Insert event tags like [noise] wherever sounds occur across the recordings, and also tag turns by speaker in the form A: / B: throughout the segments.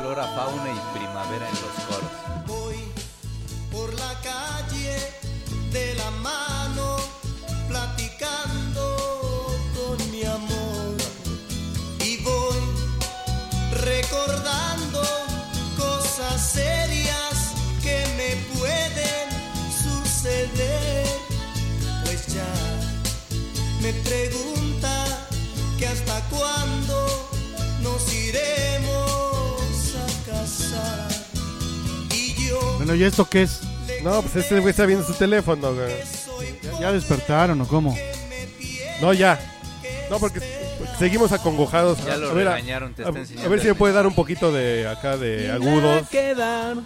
A: flora, fauna y primavera en los coros.
B: Voy por la calle de la mano, platicando con mi amor. Y voy recordando cosas serias que me pueden suceder. Pues ya me pregunta que hasta cuándo nos iremos a casar. Y yo
C: Bueno, ¿y esto qué es?
D: No, pues este güey está viendo su teléfono, güey.
C: ¿Ya, ya despertaron o cómo?
D: No, ya. No, porque seguimos acongojados.
A: Ya lo
D: Ah, a ver, a-
A: regañaron, te
D: a,
A: está
D: a
A: enseñando.
D: ver si me
A: el
D: puede dar un
A: mensaje.
D: poquito de acá de agudos.
E: quedar.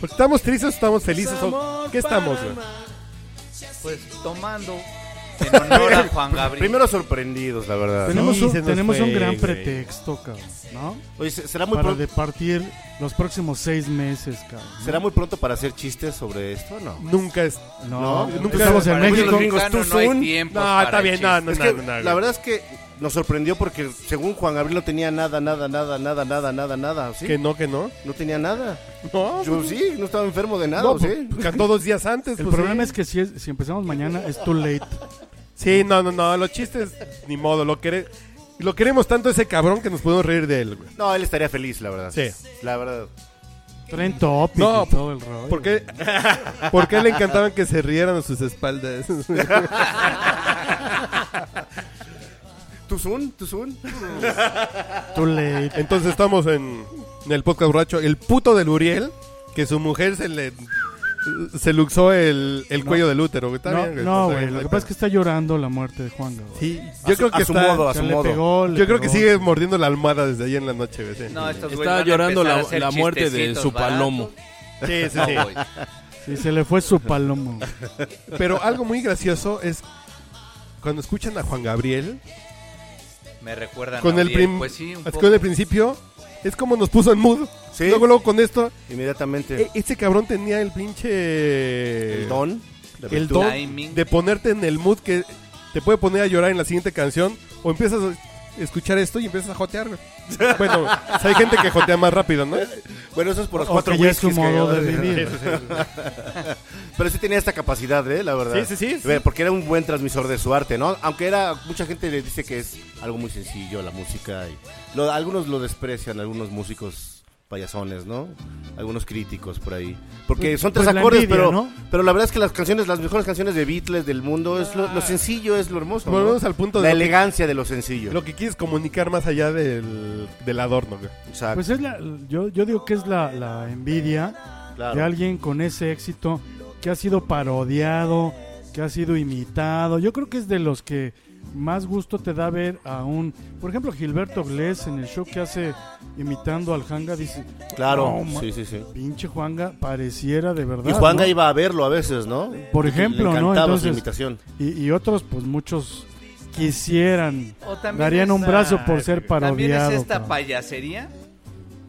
D: Porque estamos tristes, estamos felices. o- ¿Qué estamos, güey?
A: Pues tomando en honor
D: [laughs]
A: a Juan Gabriel.
F: Primero sorprendidos, la verdad. ¿no?
C: Tenemos,
D: Sí,
C: un,
D: se nos
C: tenemos
D: fue,
C: un gran
D: güey.
C: pretexto, cabrón, ¿no?
F: Oye, se- será muy
C: Para
F: pronto.
C: departir los próximos seis meses, cabrón.
F: ¿Será muy pronto para hacer chistes sobre esto o no?
D: Nunca es.
C: No,
D: No,
C: nunca
D: nunca-
C: estamos en
A: Para mí
C: México.
A: los gringos,
D: tú,
A: no hay
D: Zoom.
A: tiempos
D: No,
A: para
D: está bien, no, no,
F: Es
D: no,
F: que,
D: no, no,
F: la
D: güey.
F: verdad es que nos sorprendió porque según Juan Gabriel no tenía nada, nada, nada, nada, nada, nada, nada. ¿sí?
D: Que no, que no.
F: No tenía nada.
D: No, pues,
F: Yo sí, no estaba enfermo de nada,
D: no,
F: ¿sí?
D: pues, cantó dos días antes.
C: El
D: pues,
C: problema
D: sí.
C: es que si, es- si empezamos mañana es too late.
D: Sí, no, no, no. Los chistes, ni modo. Lo, quere- lo queremos tanto a ese cabrón que nos podemos reír de él, güey.
F: No, él estaría feliz, la verdad.
D: Sí.
F: La verdad.
C: Tren topic
D: No, pues,
C: y todo el rollo.
D: ¿Por qué, por qué le encantaban que se rieran a sus espaldas?
F: ¿Tuzun? ¿Tuzun?
C: Too late.
D: Entonces estamos en, en el podcast borracho. El puto del Uriel, que su mujer se le. Se luxó el, el cuello del útero. güey. Está
C: No,
D: bien, güey,
C: no,
D: está
C: güey.
D: bien,
C: Lo
D: ahí
C: que pasa es que está llorando la muerte de Juan, güey.
D: Sí, yo creo que
F: a su
D: está-
F: modo, a
C: O sea,
F: su
C: le
F: modo.
C: pegó, le
D: Yo creo que
C: pegó.
D: sigue mordiendo la almohada desde ahí en la noche, güey. Sí,
A: No, estos güeyes
E: Estaba
A: van a
E: llorando
A: empezar a
E: la,
A: hacer
E: la muerte de
A: chistecitos
E: su
A: baratos.
E: palomo.
D: sí, sí.
A: No,
D: sí.
A: güey.
C: Sí, se le fue su
D: [laughs]
C: palomo.
D: Pero algo muy gracioso es cuando escuchan a Juan Gabriel,
A: Me recuerdan
D: con
A: a
D: el,
A: Uriel.
D: prim-
A: Pues sí, un
D: así
A: poco.
D: con el principio, es como nos puso en mood.
F: Sí.
D: Luego, luego con esto,
F: Inmediatamente. eh,
D: e- este cabrón tenía el pinche...
F: el don. de
D: el
F: virtud.
D: don
A: Timing.
D: de ponerte en el mood que te puede poner a llorar en la siguiente canción o empiezas a escuchar esto y empiezas a jotear.
F: [laughs]
D: güey. Bueno, o sea, hay gente que jotea más rápido, ¿no?
F: Bueno, eso es por los
C: O
F: cuatro
C: que ya es su
F: whiskies que
C: modo
F: yo-
C: de vivir.
F: Pero sí tenía esta capacidad, ¿eh? La verdad.
D: Sí, sí, sí, sí.
F: Ve, Porque era un buen transmisor de su arte, ¿no? Aunque era. Mucha gente le dice que es algo muy sencillo la música. Y lo- algunos lo desprecian, algunos músicos payasones, ¿no? Algunos críticos por ahí. Porque son tres
C: Pues la
F: acordes,
C: envidia,
F: pero,
C: ¿no?
F: pero la verdad es que las canciones, las mejores canciones de Beatles del mundo, es
C: Ah.
F: lo, lo sencillo es lo hermoso. ¿no?
D: Volvemos al punto de
F: La
D: lo que-
F: elegancia de lo sencillo.
D: Lo que quieres comunicar más allá del, del adorno, güey.
F: Exacto,
C: Pues es la, yo, yo digo que es la, la envidia
F: claro.
C: de alguien con ese éxito que ha sido parodiado, que ha sido imitado. Yo creo que es de los que más gusto te da ver a un, por ejemplo, Gilberto Glés en el show que hace imitando al Janga dice,
F: Claro,
C: No, ma-
F: sí, sí, sí.
C: pinche Juanga pareciera de verdad.
F: Y Juanga
C: ¿no?".
F: iba a verlo a veces, ¿no?
C: Por
F: Le-
C: ejemplo,
F: le
C: ¿no?
F: encantaba su
C: Entonces-
F: imitación.
C: y, y otros pues muchos quisieran
A: O también
C: darían un
A: esta-
C: brazo por ser
A: También es
C: parodiado.
A: esta
C: cabrón.
A: payasería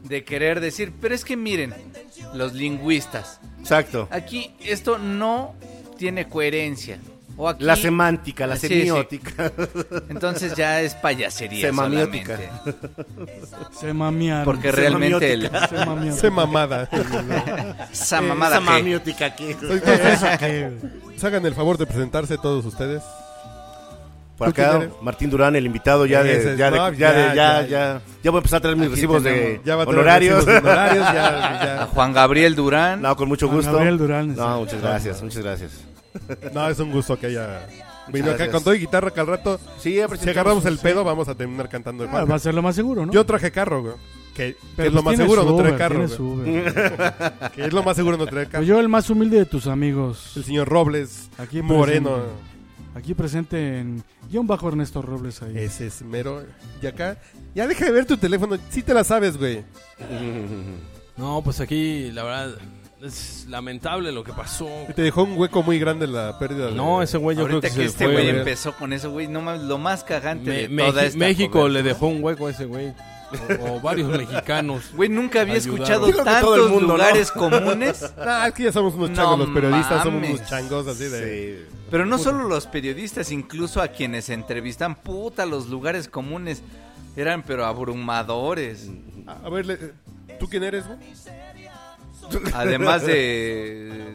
A: de querer decir, pero es que miren, los lingüistas,
F: Exacto.
A: aquí esto no tiene coherencia. O aquí,
F: La semántica, la
A: Sí, sí.
F: semiótica.
A: entonces ya es payasería
F: Semamiótica.
A: solamente.
F: [laughs]
C: se mamiaron.
A: Porque realmente el,
C: se mamiaron.
D: [laughs] Se
F: [laughs]
D: mamada.
A: esa mamada que
F: Semamiótica aquí.
D: Entonces,
C: Que-
D: hagan el favor de presentarse todos ustedes.
F: Por
D: ¿Tú quién
F: acá,
D: eres?
F: Martín Durán, el invitado ya
D: Ese
F: de,
D: es
F: ya de,
D: Bob,
F: ya de-
D: ya,
F: ya,
D: ya.
F: ya. Ya voy a empezar a traer mis
D: Aquí
F: recibos de
D: tenemos- ya va a tener
F: honorarios.
D: recibos de honorarios, ya-
A: a Juan Gabriel Durán,
F: [laughs] No, con mucho
C: Juan
F: gusto.
C: Gabriel Durán,
F: No,
C: exacto.
F: muchas gracias, muchas gracias. [laughs]
D: ya. No, es un gusto que haya venido acá
F: gracias.
D: con todo y guitarra que al rato,
F: Sí,
D: si agarramos el pedo, vamos a terminar cantando el
C: Ah, va a
D: Juan.
C: ser lo más seguro, ¿no?
D: Yo traje carro, güey. Que, que
C: Pero
D: es lo
C: pues
D: más
C: tienes
D: seguro no
C: Uber,
D: traer carro.
C: tienes
D: güey.
C: Uber.
D: Que [laughs] es lo más seguro no traer
C: Pues
D: carro.
C: yo el más humilde de tus amigos.
D: El señor Robles,
C: Aquí
D: Moreno.
C: Aquí presente en guión bajo Ernesto Robles ahí.
D: Ese es mero. Y acá, ya deja de ver tu teléfono. Sí te la sabes, güey.
E: No, pues aquí, la verdad, es lamentable lo que pasó.
D: Te dejó un hueco muy grande la pérdida. de-
E: No, ese güey yo
A: ahorita
E: creo
A: que,
E: que, se
A: este
E: fue.
A: güey
D: güey.
A: empezó con eso, güey, no mames, lo más cagante
E: Me-
A: de
E: Me-
A: toda esta
E: México
A: cobertura.
E: le dejó un hueco a ese güey. O, o varios mexicanos.
A: [laughs] Güey, nunca había
E: Ayudaron.
A: escuchado
E: Yo
F: creo que todo el
A: tantos
F: mundo, ¿no?
A: lugares
D: [laughs]
A: comunes
D: Ah, es que ya somos unos
A: No
D: changos, los periodistas somos
A: mames.
D: unos changos así de...
F: Sí.
A: Pero no solo los periodistas, incluso a quienes entrevistan, puta, los lugares comunes eran pero abrumadores.
D: A ver, le- ¿Tú quién eres, güey?
A: Además de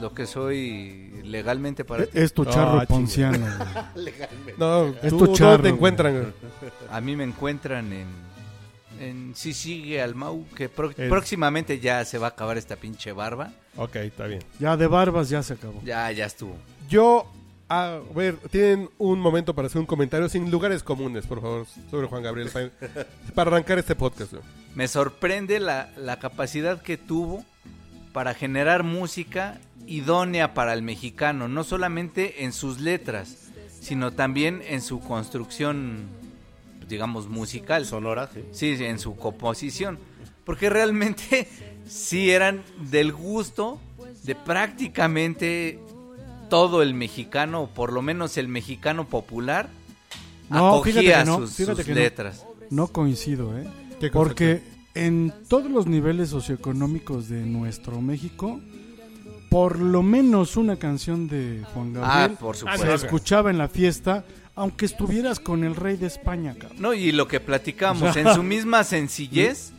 A: lo que soy legalmente para ti.
C: Es tu charro
D: Ah,
A: [laughs]
C: ponciano. güey.
D: No,
C: Es tu
D: tú, ¿dónde
C: charro,
D: te
C: güey.
D: encuentran, güey?
A: A mí me encuentran en... En si sigue al Mau, que pro-
D: Es-
A: próximamente ya se va a acabar esta pinche barba.
D: Ok, está bien.
C: Ya de barbas ya se acabó.
A: Ya, ya estuvo.
D: Yo, a ver, tienen un momento para hacer un comentario sin lugares comunes, por favor, sobre Juan Gabriel,
E: [laughs]
D: pa- para, arrancar este podcast. güey.
A: Me sorprende la, la capacidad que tuvo para generar música idónea para el mexicano, no solamente en sus letras, sino también en su construcción, digamos, musical.
F: Sonora, sí.
A: Sí, sí, en su composición. Porque realmente [laughs] sí eran del gusto de prácticamente todo el mexicano, o por lo menos el mexicano popular,
C: No, fíjate que
A: acogía
C: no,
A: sus,
C: fíjate
A: sus
C: que no.
A: letras.
C: No coincido, ¿eh?
D: ¿Qué cosa?
C: Porque en todos los niveles socioeconómicos de nuestro México, por lo menos una canción de Juan
A: Ah,
C: Gabriel
A: por
D: no,
A: supuesto.
C: se escuchaba en la fiesta, aunque estuvieras con el rey de España, cabrón.
A: No, y lo que
C: [laughs]
A: platicamos, en su misma sencillez,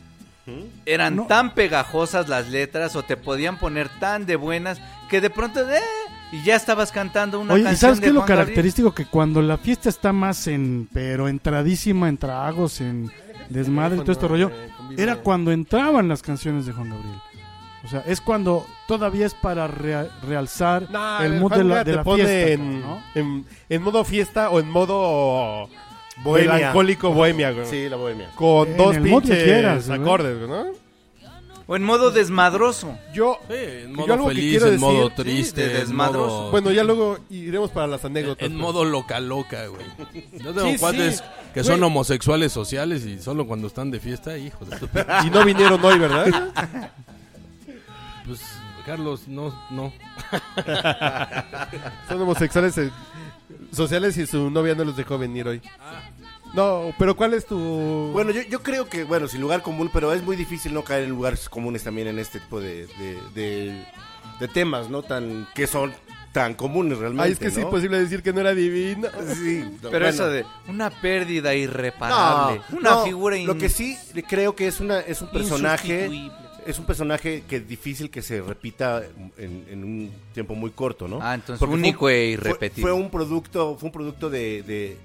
A: eran
C: ¿Mm? No.
A: tan pegajosas las letras o te podían poner tan de buenas que de pronto ¡eh! y ya estabas cantando una
C: Oye, ¿y
A: canción
C: sabes
A: de
C: qué es lo
A: Juan Gabriel.
C: característico? Que cuando la fiesta está más en, pero entradísima en tragos, en desmadre y todo este rollo, era cuando entraban las canciones de Juan Gabriel. O sea, es cuando todavía es para rea- realzar
D: No,
C: el mood de
D: Juan
C: la,
D: Gabriel
C: de
D: te
C: la
D: pone
C: fiesta.
D: en,
C: cabrón, ¿no?
D: en- en modo fiesta o en modo
F: Bohemia.
D: melancólico bohemia, güey.
F: Sí, la bohemia.
D: Con
C: En
D: dos
C: el mood que
D: pinches
C: quieras, güey.
D: acordes, güey, ¿no?
A: O en modo desmadroso.
D: Yo,
E: Sí, en
D: yo
E: modo
D: algo que
E: feliz,
D: quiero
E: en
D: decir-
E: modo
D: sí,
E: triste,
A: de
E: en
A: desmadroso.
E: modo...
D: bueno, ya luego iremos para las anécdotas.
E: en
D: güey.
E: modo loca loca, güey. Yo tengo
D: Sí, sí.
E: cuates que son
D: Güey.
E: homosexuales sociales y solo cuando están de fiesta, hijos de tu-
D: Y no vinieron hoy, ¿verdad?
E: Pues, Carlos, no, no.
D: Son homosexuales eh, sociales y su novia no los dejó venir hoy.
E: Ah.
D: No, pero ¿cuál es tu...?
F: Bueno, yo, yo creo que, bueno, sin lugar común, pero es muy difícil no caer en lugares comunes también en este tipo de, de, de- de temas, ¿no? Tan, que son tan comunes realmente.
D: Ay, Ah, es que pues, es
F: ¿no?
D: imposible decir que no era divino.
F: Sí,
A: Pero
F: no, bueno.
A: eso de una pérdida
F: No,
A: irreparable, una
F: no,
A: figura
F: Lo que sí creo que es, una, es un personaje.
A: insustituible.
F: Es un personaje que es difícil que se repita en, en un tiempo muy corto, ¿no?
A: Ah, entonces,
F: fue
A: único
F: un-
A: e
F: fue-
A: irrepetible.
F: Fue, un producto, fue un producto de, de,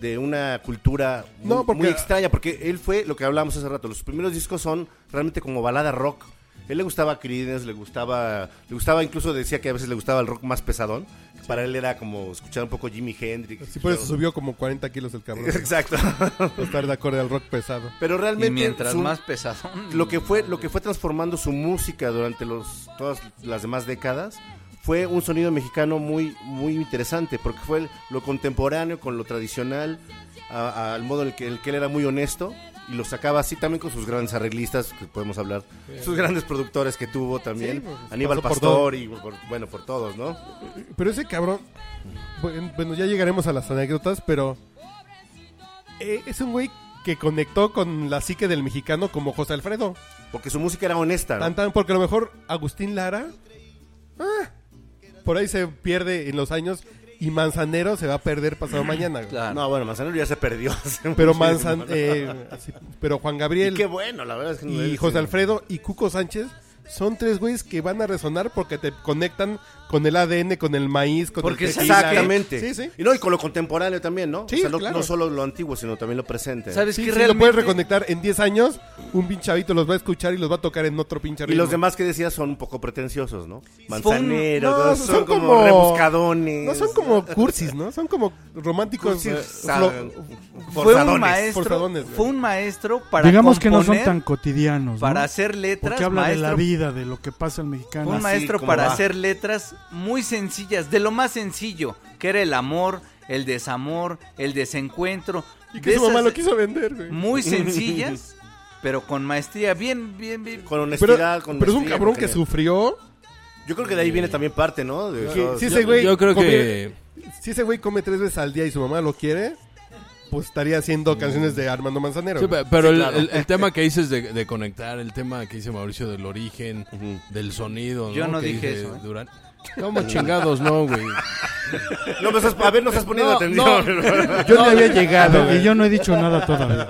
F: de una cultura muy,
D: No, porque-
F: muy extraña, porque él fue lo que hablábamos hace rato. Los primeros discos son realmente como balada rock. Él le gustaba Creedence, le gustaba, le gustaba incluso decía que a veces le gustaba el rock más pesadón. Para él era como escuchar un poco Jimi Hendrix.
D: Sí, por eso subió como 40 kilos el cabrón.
F: [laughs]
D: [laughs]
F: Exacto.
D: Por estar de acorde al rock pesado.
F: Pero realmente
A: y mientras
F: su-
A: más pesadón.
F: [laughs] lo que fue lo que fue transformando su música durante los todas las demás décadas fue un sonido mexicano muy muy interesante porque fue el- lo contemporáneo con lo tradicional a- a- al modo en el que, el que él era muy honesto y lo sacaba así también con sus grandes arreglistas que podemos hablar sus grandes productores que tuvo también
D: Sí, pues,
F: Aníbal
D: pasó por
F: Pastor y por- bueno por todos no
D: Pero ese cabrón... buen- Bueno, ya llegaremos a las anécdotas, pero... eh, es un güey que conectó con la psique del mexicano como José Alfredo.
F: porque su música era honesta ¿no?
D: Tan, tan, porque a lo mejor Agustín Lara... ah, por ahí se pierde en los años y Manzanero se va a perder pasado mañana. güey.
A: Claro.
F: no bueno Manzanero ya se perdió hace
D: Pero
F: muchísimo,
D: Manzan,
F: ¿no?
D: eh, así- pero Juan
F: [laughs] y
D: Gabriel
F: qué bueno la verdad es que no
D: y
F: es-
D: José Alfredo y Cuco Sánchez son tres güeyes que van a resonar porque te conectan con el ADN, con el maíz, con
A: Porque
D: el
A: es
D: tequila.
F: Exactamente.
D: Sí, sí.
F: Y no, y con lo contemporáneo también, ¿no?
D: Sí,
F: o sea, no,
D: claro.
F: no solo lo antiguo, sino también lo presente.
A: ¿Sabes
D: Sí,
A: qué
D: sí, lo puedes
A: realmente?
D: reconectar en 10 años, un pinche chavito los va a escuchar y los va a tocar en otro pinche
F: Y
D: ritmo.
F: los demás que decías son un poco pretenciosos, ¿no?
A: Fue un-
F: Manzaneros,
D: No,
F: ¿no? son, como, rebuscadones.
D: No son como
F: [laughs]
D: cursis, ¿no? Son como románticos.
F: Cursis,
D: eh,
F: saben.
D: flo-
A: Fue un
F: forzadones,
A: maestro,
D: forzadones, güey.
A: fue un maestro para
C: Digamos que no son
A: componer,
C: tan cotidianos. ¿no?
A: para hacer letras,
C: Porque habla de la
A: maestro-
C: vida, de lo que pasa al mexicano.
A: fue un
F: así
A: maestro
F: como
A: para
F: va.
A: hacer letras muy sencillas, de lo más sencillo, que era el amor, el desamor, el desencuentro,
D: Y que
A: de
D: su mamá
A: esas
D: lo quiso vender, güey.
A: muy sencillas, pero con maestría, bien, bien, bien.
F: Con
D: Pero,
F: honestidad, con
D: pero es un
F: maestría,
D: cabrón
F: con
D: que
F: genial.
D: sufrió.
F: Yo creo que de ahí viene también parte, ¿no? De-
D: Que-
F: todos-
D: sí,
F: yo-
D: ese güey
E: Yo creo
D: come-
E: que...
D: Si ese güey come tres veces al día y su mamá lo quiere, pues estaría haciendo canciones de Armando Manzanero.
E: Sí,
D: güey.
E: pe- pero
F: Sí,
E: el,
F: claro.
E: el- el
F: [laughs]
E: tema que dices de, de conectar, el tema que dice Mauricio del origen, del sonido,
A: Yo no
E: Que
A: dije
E: dice
A: eso, ¿eh?
E: Durán. ¿Cómo chingados no, güey?
F: No me estás, a ver, no estás poniendo
E: No,
F: atención.
D: Yo le había llegado.
C: Y yo no he dicho nada todavía.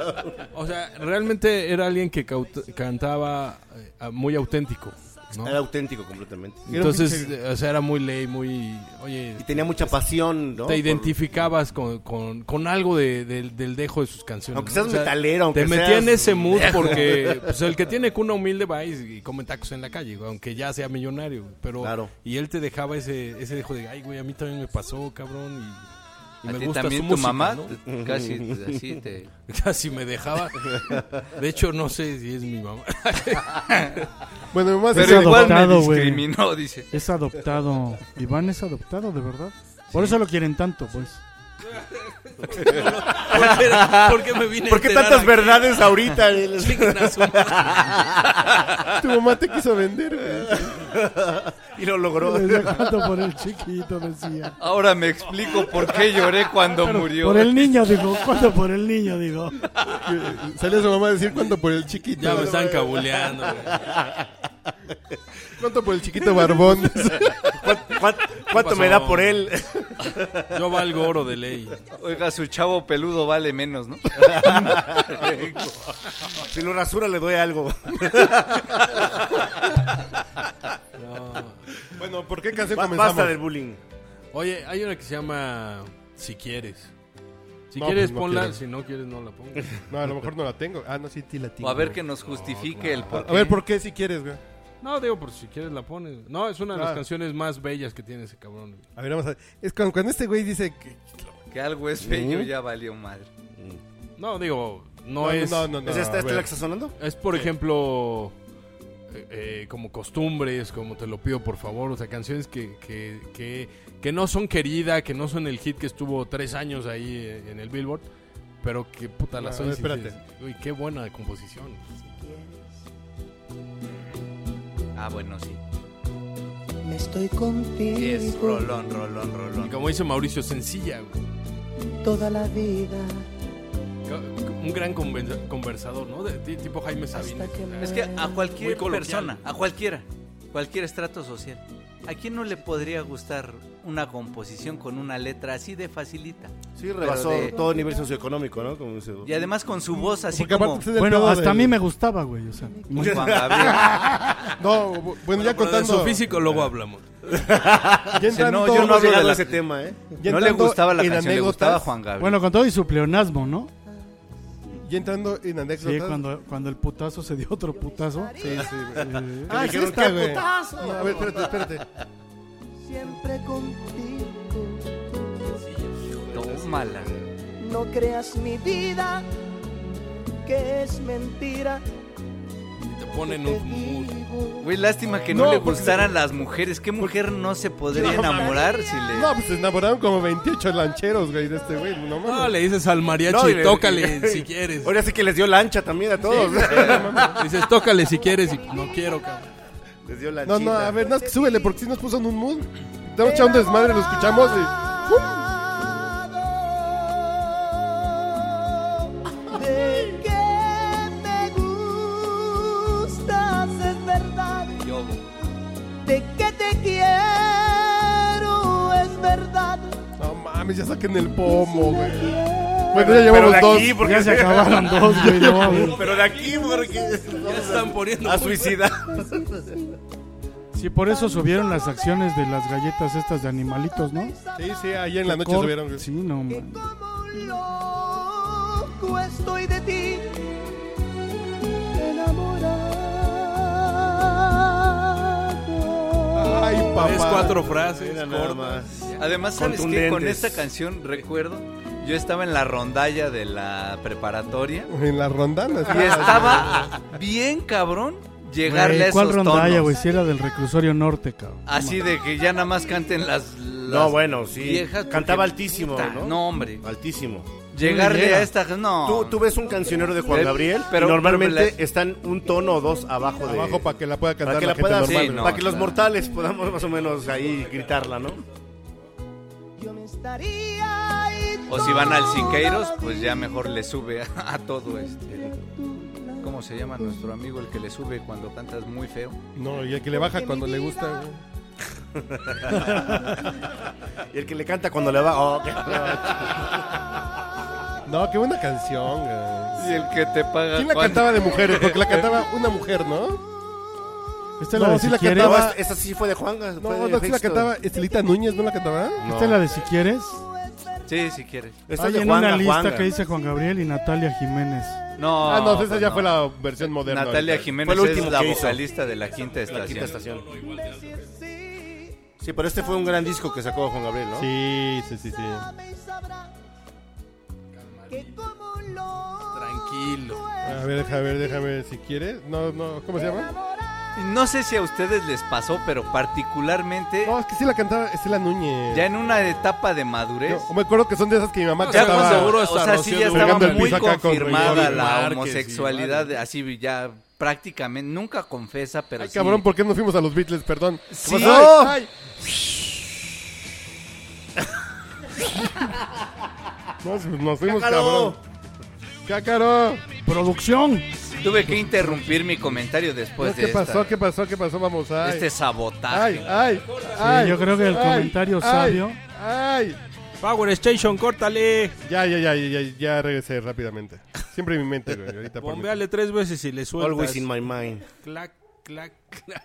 E: O sea, realmente era alguien que caut- cantaba eh, ah, muy auténtico, ¿no?
F: [laughs] Era auténtico completamente.
E: Entonces, eh, o sea, era muy ley, muy... Oye,
F: Y tenía mucha pasión, ¿no?
E: te
F: Por-
E: identificabas con, con- con algo de- del- del dejo de sus canciones.
F: Aunque
E: ¿no?
F: seas
E: O sea,
F: metalero, aunque
E: Te metía
F: seas-
E: en ese mood porque pues, el que tiene cuna humilde va y, y come tacos en la calle, güey, aunque ya sea millonario. güey, Pero,
F: Claro.
E: Y él te dejaba ese, ese dejo de, ay, güey, a mí también me pasó, cabrón. Y, y
A: A
E: me
A: ti
E: gusta
A: también
E: su
A: tu
E: música,
A: mamá
E: ¿no?" [laughs]
A: te- casi así te...
E: Casi me dejaba. De hecho, no sé si es
D: [laughs]
E: mi mamá.
D: Bueno, mi mamá se
A: Pero igual me
C: adoptado, güey.
A: discriminó, dice.
C: Es adoptado. Iván es adoptado, de verdad. Por eso lo quieren tanto, pues.
E: ¿Por qué, por qué me vine
F: ¿Por qué
E: a enterar
F: tantas
E: aquí?
D: [laughs]
F: verdades ahorita?
E: Chinguen a su madre.
D: tu mamá te quiso vender. güey.
F: y lo logró.
C: Desde cuando por el chiquito, decía.
A: Ahora me explico por qué lloré cuando murió.
D: eh.
C: Por el niño, digo. ¿Cuándo por el niño,
D: [laughs]
C: digo?
D: Salió su mamá a decir cuánto por el chiquito.
E: Ya me están cabuleando. güey.
D: Cuánto por el chiquito
F: [laughs]
D: barbón.
F: ¿Cuánto, cuánto- cuánto
E: pasó?
F: me da por él?
E: Yo valgo oro
D: [laughs]
E: de ley.
A: Oiga, su chavo peludo vale menos, ¿no?
F: Si lo rasura le doy algo.
D: bueno, ¿por qué canción
F: Ba-
D: comenzamos?
F: Basta del bullying.
E: Oye, hay una que se llama Si quieres. Si
D: No,
E: quieres,
D: pues no
E: ponla.
D: quiero.
E: Si no quieres, no la pongo.
D: No, a lo mejor no la tengo. Ah, no, sí, sí la tengo.
A: O a ver que nos justifique el por
D: A ver, ¿por qué si quieres, güey?
E: No, digo, por si quieres, la pones. No, es una de las
D: Ah.
E: canciones más bellas que tiene ese cabrón. güey.
D: A ver, vamos a ver. Es cuando, cuando este güey dice que...
A: que algo es bello ya valió madre.
E: No, digo, no, es.
D: no,
F: ¿Es este, esta,
D: a
F: esta
D: ver.
F: la que está sonando?
E: Es, por ejemplo, eh, eh, como costumbres, como te lo pido por favor. O sea, canciones que, que, que, que no son querida, que no son el hit que estuvo tres años ahí eh, en el Billboard. Pero que puta la
D: Ah, A
E: soy.
D: ver,
E: sí,
D: espérate.
E: sí. Uy, qué buena composición.
A: Ah, bueno, sí.
G: Me estoy contigo
A: Es rolón, rolón, rolón.
E: Y como dice Mauricio, sencilla, güey.
G: toda la vida.
E: Ca- Un gran conven- conversador, ¿no? De- de- tipo Jaime Ah, Sabina.
G: Hasta que
E: O sea,
A: Es que a
E: Muy
A: cualquier
E: coloquial.
A: persona, a cualquiera, cualquier estrato social, ¿a quién no le podría gustar una composición con una letra así de facilita?
F: Sí, rebasó
A: de-
F: todo nivel socioeconómico, ¿no? Como dice-
A: Y además con su voz así
D: Porque aparte
A: como
D: usted del
C: Bueno,
D: pedo
C: hasta a
D: del-
C: mí me gustaba, güey. O sea, muy-
D: [laughs]
A: Juan Gabriel.
D: No, bu- bueno,
E: pero
D: ya
E: de
D: contando...
E: su físico luego hablamos.
D: Ya
A: Dice, no,
D: entrando,
A: yo
F: No
A: hablo
F: hablo
A: de
F: de
A: la-
F: ese tema, ¿eh?
D: ya
A: No le
D: entrando
A: gustaba la
D: en
A: canción, le
D: anécdotas,
A: gustaba Juan Gabriel.
C: Bueno, con todo y su pleonasmo, ¿no?
D: Ya entrando en
C: Sí,
D: anécdotas...
C: cuando, cuando el putazo se dio otro putazo.
D: Sí, sí, güey.
C: Eh,
D: Ah, sí
F: dijeron,
D: está,
F: "¡Qué
D: güey".
F: putazo!
D: No, a ver, espérate, espérate.
G: Siempre contigo.
A: Tómala.
D: eh,
G: No creas mi vida, que es mentira.
E: Te ponen
G: Te
E: un mood.
G: digo.
A: Güey, lástima que no,
D: No,
A: le
D: porque-
A: gustaran las mujeres. ¿Qué mujer no se podría enamorar si le...
D: No, pues se enamoraron como 28 lancheros, güey, de este güey. No
E: No,
D: mames.
E: Ah, le dices al mariachi,
F: No, y le-
E: tócale
F: y-
E: si
F: [laughs]
E: quieres. [laughs]
F: Ahora sí que les dio lancha también a todos.
E: Dices, tócale si quieres y no quiero, cabrón.
F: [laughs] Les dio lanchita.
D: No, no, a ver, no, es que súbele porque si nos puso en un mood. Estamos echando un desmadre, lo escuchamos y... ¡pum!
G: De que me gustas es verdad.
A: Yo,
G: De que te quiero es verdad.
D: No mames, ya saquen el pomo, güey. Bueno, ya
F: Pero de
D: llevamos dos.
F: aquí, porque
C: ya se acabaron dos, güey. no mames.
F: Pero de aquí, porque
E: Ya están poniendo
F: a
E: muy-
F: suicidar.
C: Sí, por eso subieron las acciones de las galletas estas de animalitos, ¿no?
D: Sí, sí, ayer en la noche
C: Cor-
D: subieron, güey.
C: Sí, no, man.
G: Como un loco estoy de ti, enamorado.
D: Ay, papá.
E: Tres, cuatro frases.
F: Mira nada
E: cortas.
F: más.
A: Además, ¿sabes qué? Con
F: Contundentes.
A: esta canción, recuerdo, yo estaba en la rondalla de la preparatoria
D: En las rondanas.
A: y estaba bien cabrón llegarle a
C: Güey, ¿Cuál
A: esos
C: rondalla,
A: tonos.
C: güey? Si era del reclusorio norte, cabrón.
A: Así de que ya nada más canten las, las
F: No, bueno, sí.
A: viejas, porque-
F: Cantaba altísimo,
A: Puta,
F: ¿no?
A: hombre.
F: Altísimo.
A: Llegarle
C: llega.
A: a esta... No.
F: Tú, tú ves un cancionero de Juan
A: Pero-
F: Gabriel,
A: pero-
F: pero normalmente
A: pero la-
F: están un tono o dos abajo de...
D: Abajo para que la pueda cantar
F: para que,
D: la,
F: la pueda-
D: gente normal.
A: sí,
D: güey.
A: no.
F: para que los
A: claro.
F: mortales podamos más o menos ahí gritarla, ¿no?
G: Yo me estaría ahí
A: O si van al
G: toda
A: Siqueiros,
G: la
A: pues ya mejor le sube a, a todo este. ¿Cómo se llama nuestro amigo el que le sube cuando cantas muy feo?
D: No, y el que le baja cuando le gusta, güey.
F: y el que le canta cuando le va. oh, qué-
D: No, qué buena canción, güey.
A: Y el que te paga.
D: ¿Quién la cantaba de mujeres? Porque la cantaba una mujer, ¿no?
C: Esta es la
D: No,
C: de
D: sí
C: si
D: la
C: quieres.
F: No,
D: cantaba-
F: esta- esta sí fue de Juan. No,
D: No, no, sí la cantaba Estelita Núñez, ¿no la cantaba?
C: Esta es la de si quieres.
A: Sí, si quieres.
F: Esta es
C: Hay
F: de
C: en
F: Juanga,
C: una lista
F: Juanga.
C: que dice Juan Gabriel y Natalia Jiménez.
A: No.
D: ah, no, esa
A: pues
D: ya
A: no.
D: fue la versión moderna.
A: Natalia
D: ahorita.
A: Jiménez
F: Fue el
A: es
F: último
A: la
F: que hizo.
A: vocalista de la quinta estación.
F: La quinta estación. Sí, pero este fue un gran disco que sacó Juan Gabriel, ¿no?
D: Sí, sí, sí, sí.
G: me sabrá que como un loco
E: Tranquilo.
D: A ver, déjame ver, déjame ver si quieres. No, no, ¿cómo se llama?
A: No sé si a ustedes les pasó, pero particularmente
D: No, es que sí la cantaba Estela Núñez.
A: ya en una etapa de madurez.
D: Yo me acuerdo que son de esas que mi mamá
E: No, ya
D: cantaba.
E: con seguro.
A: o sea, sí ya
E: Rocío
A: estaba muy
D: Durcal. Pegando el piso acá con
A: confirmada
E: Gregorio
A: la
E: Márquez y
A: homosexualidad,
E: madre.
A: así ya prácticamente, nunca confesa, pero
D: Ay,
A: sí.
D: cabrón, ¿por qué nos fuimos a los Beatles? Perdón.
A: Sí.
D: ¿Qué pasó? Ay, ay. Nos, pues, nos fuimos, cabrón. ¡Cácaro!
C: Producción.
A: Tuve que interrumpir mi comentario después
D: ¿Qué
A: de
D: pasó?
A: Pues esta-
D: ¿Qué pasó? ¿Qué pasó? Vamos, ay.
A: este sabotaje.
D: ay, ay, ay,
C: yo creo que el
D: ay,
C: comentario
D: ay, [laughs]
C: sabio.
D: Ay.
E: Power Station, córtale.
D: Ya, ya, ya, ya, ya, ya regresé rápidamente. Siempre en mi mente, güey. Ahorita por mi-
E: Bombeale tres veces y le sueltas.
F: Always in my mind.
E: Clac, clac, clac.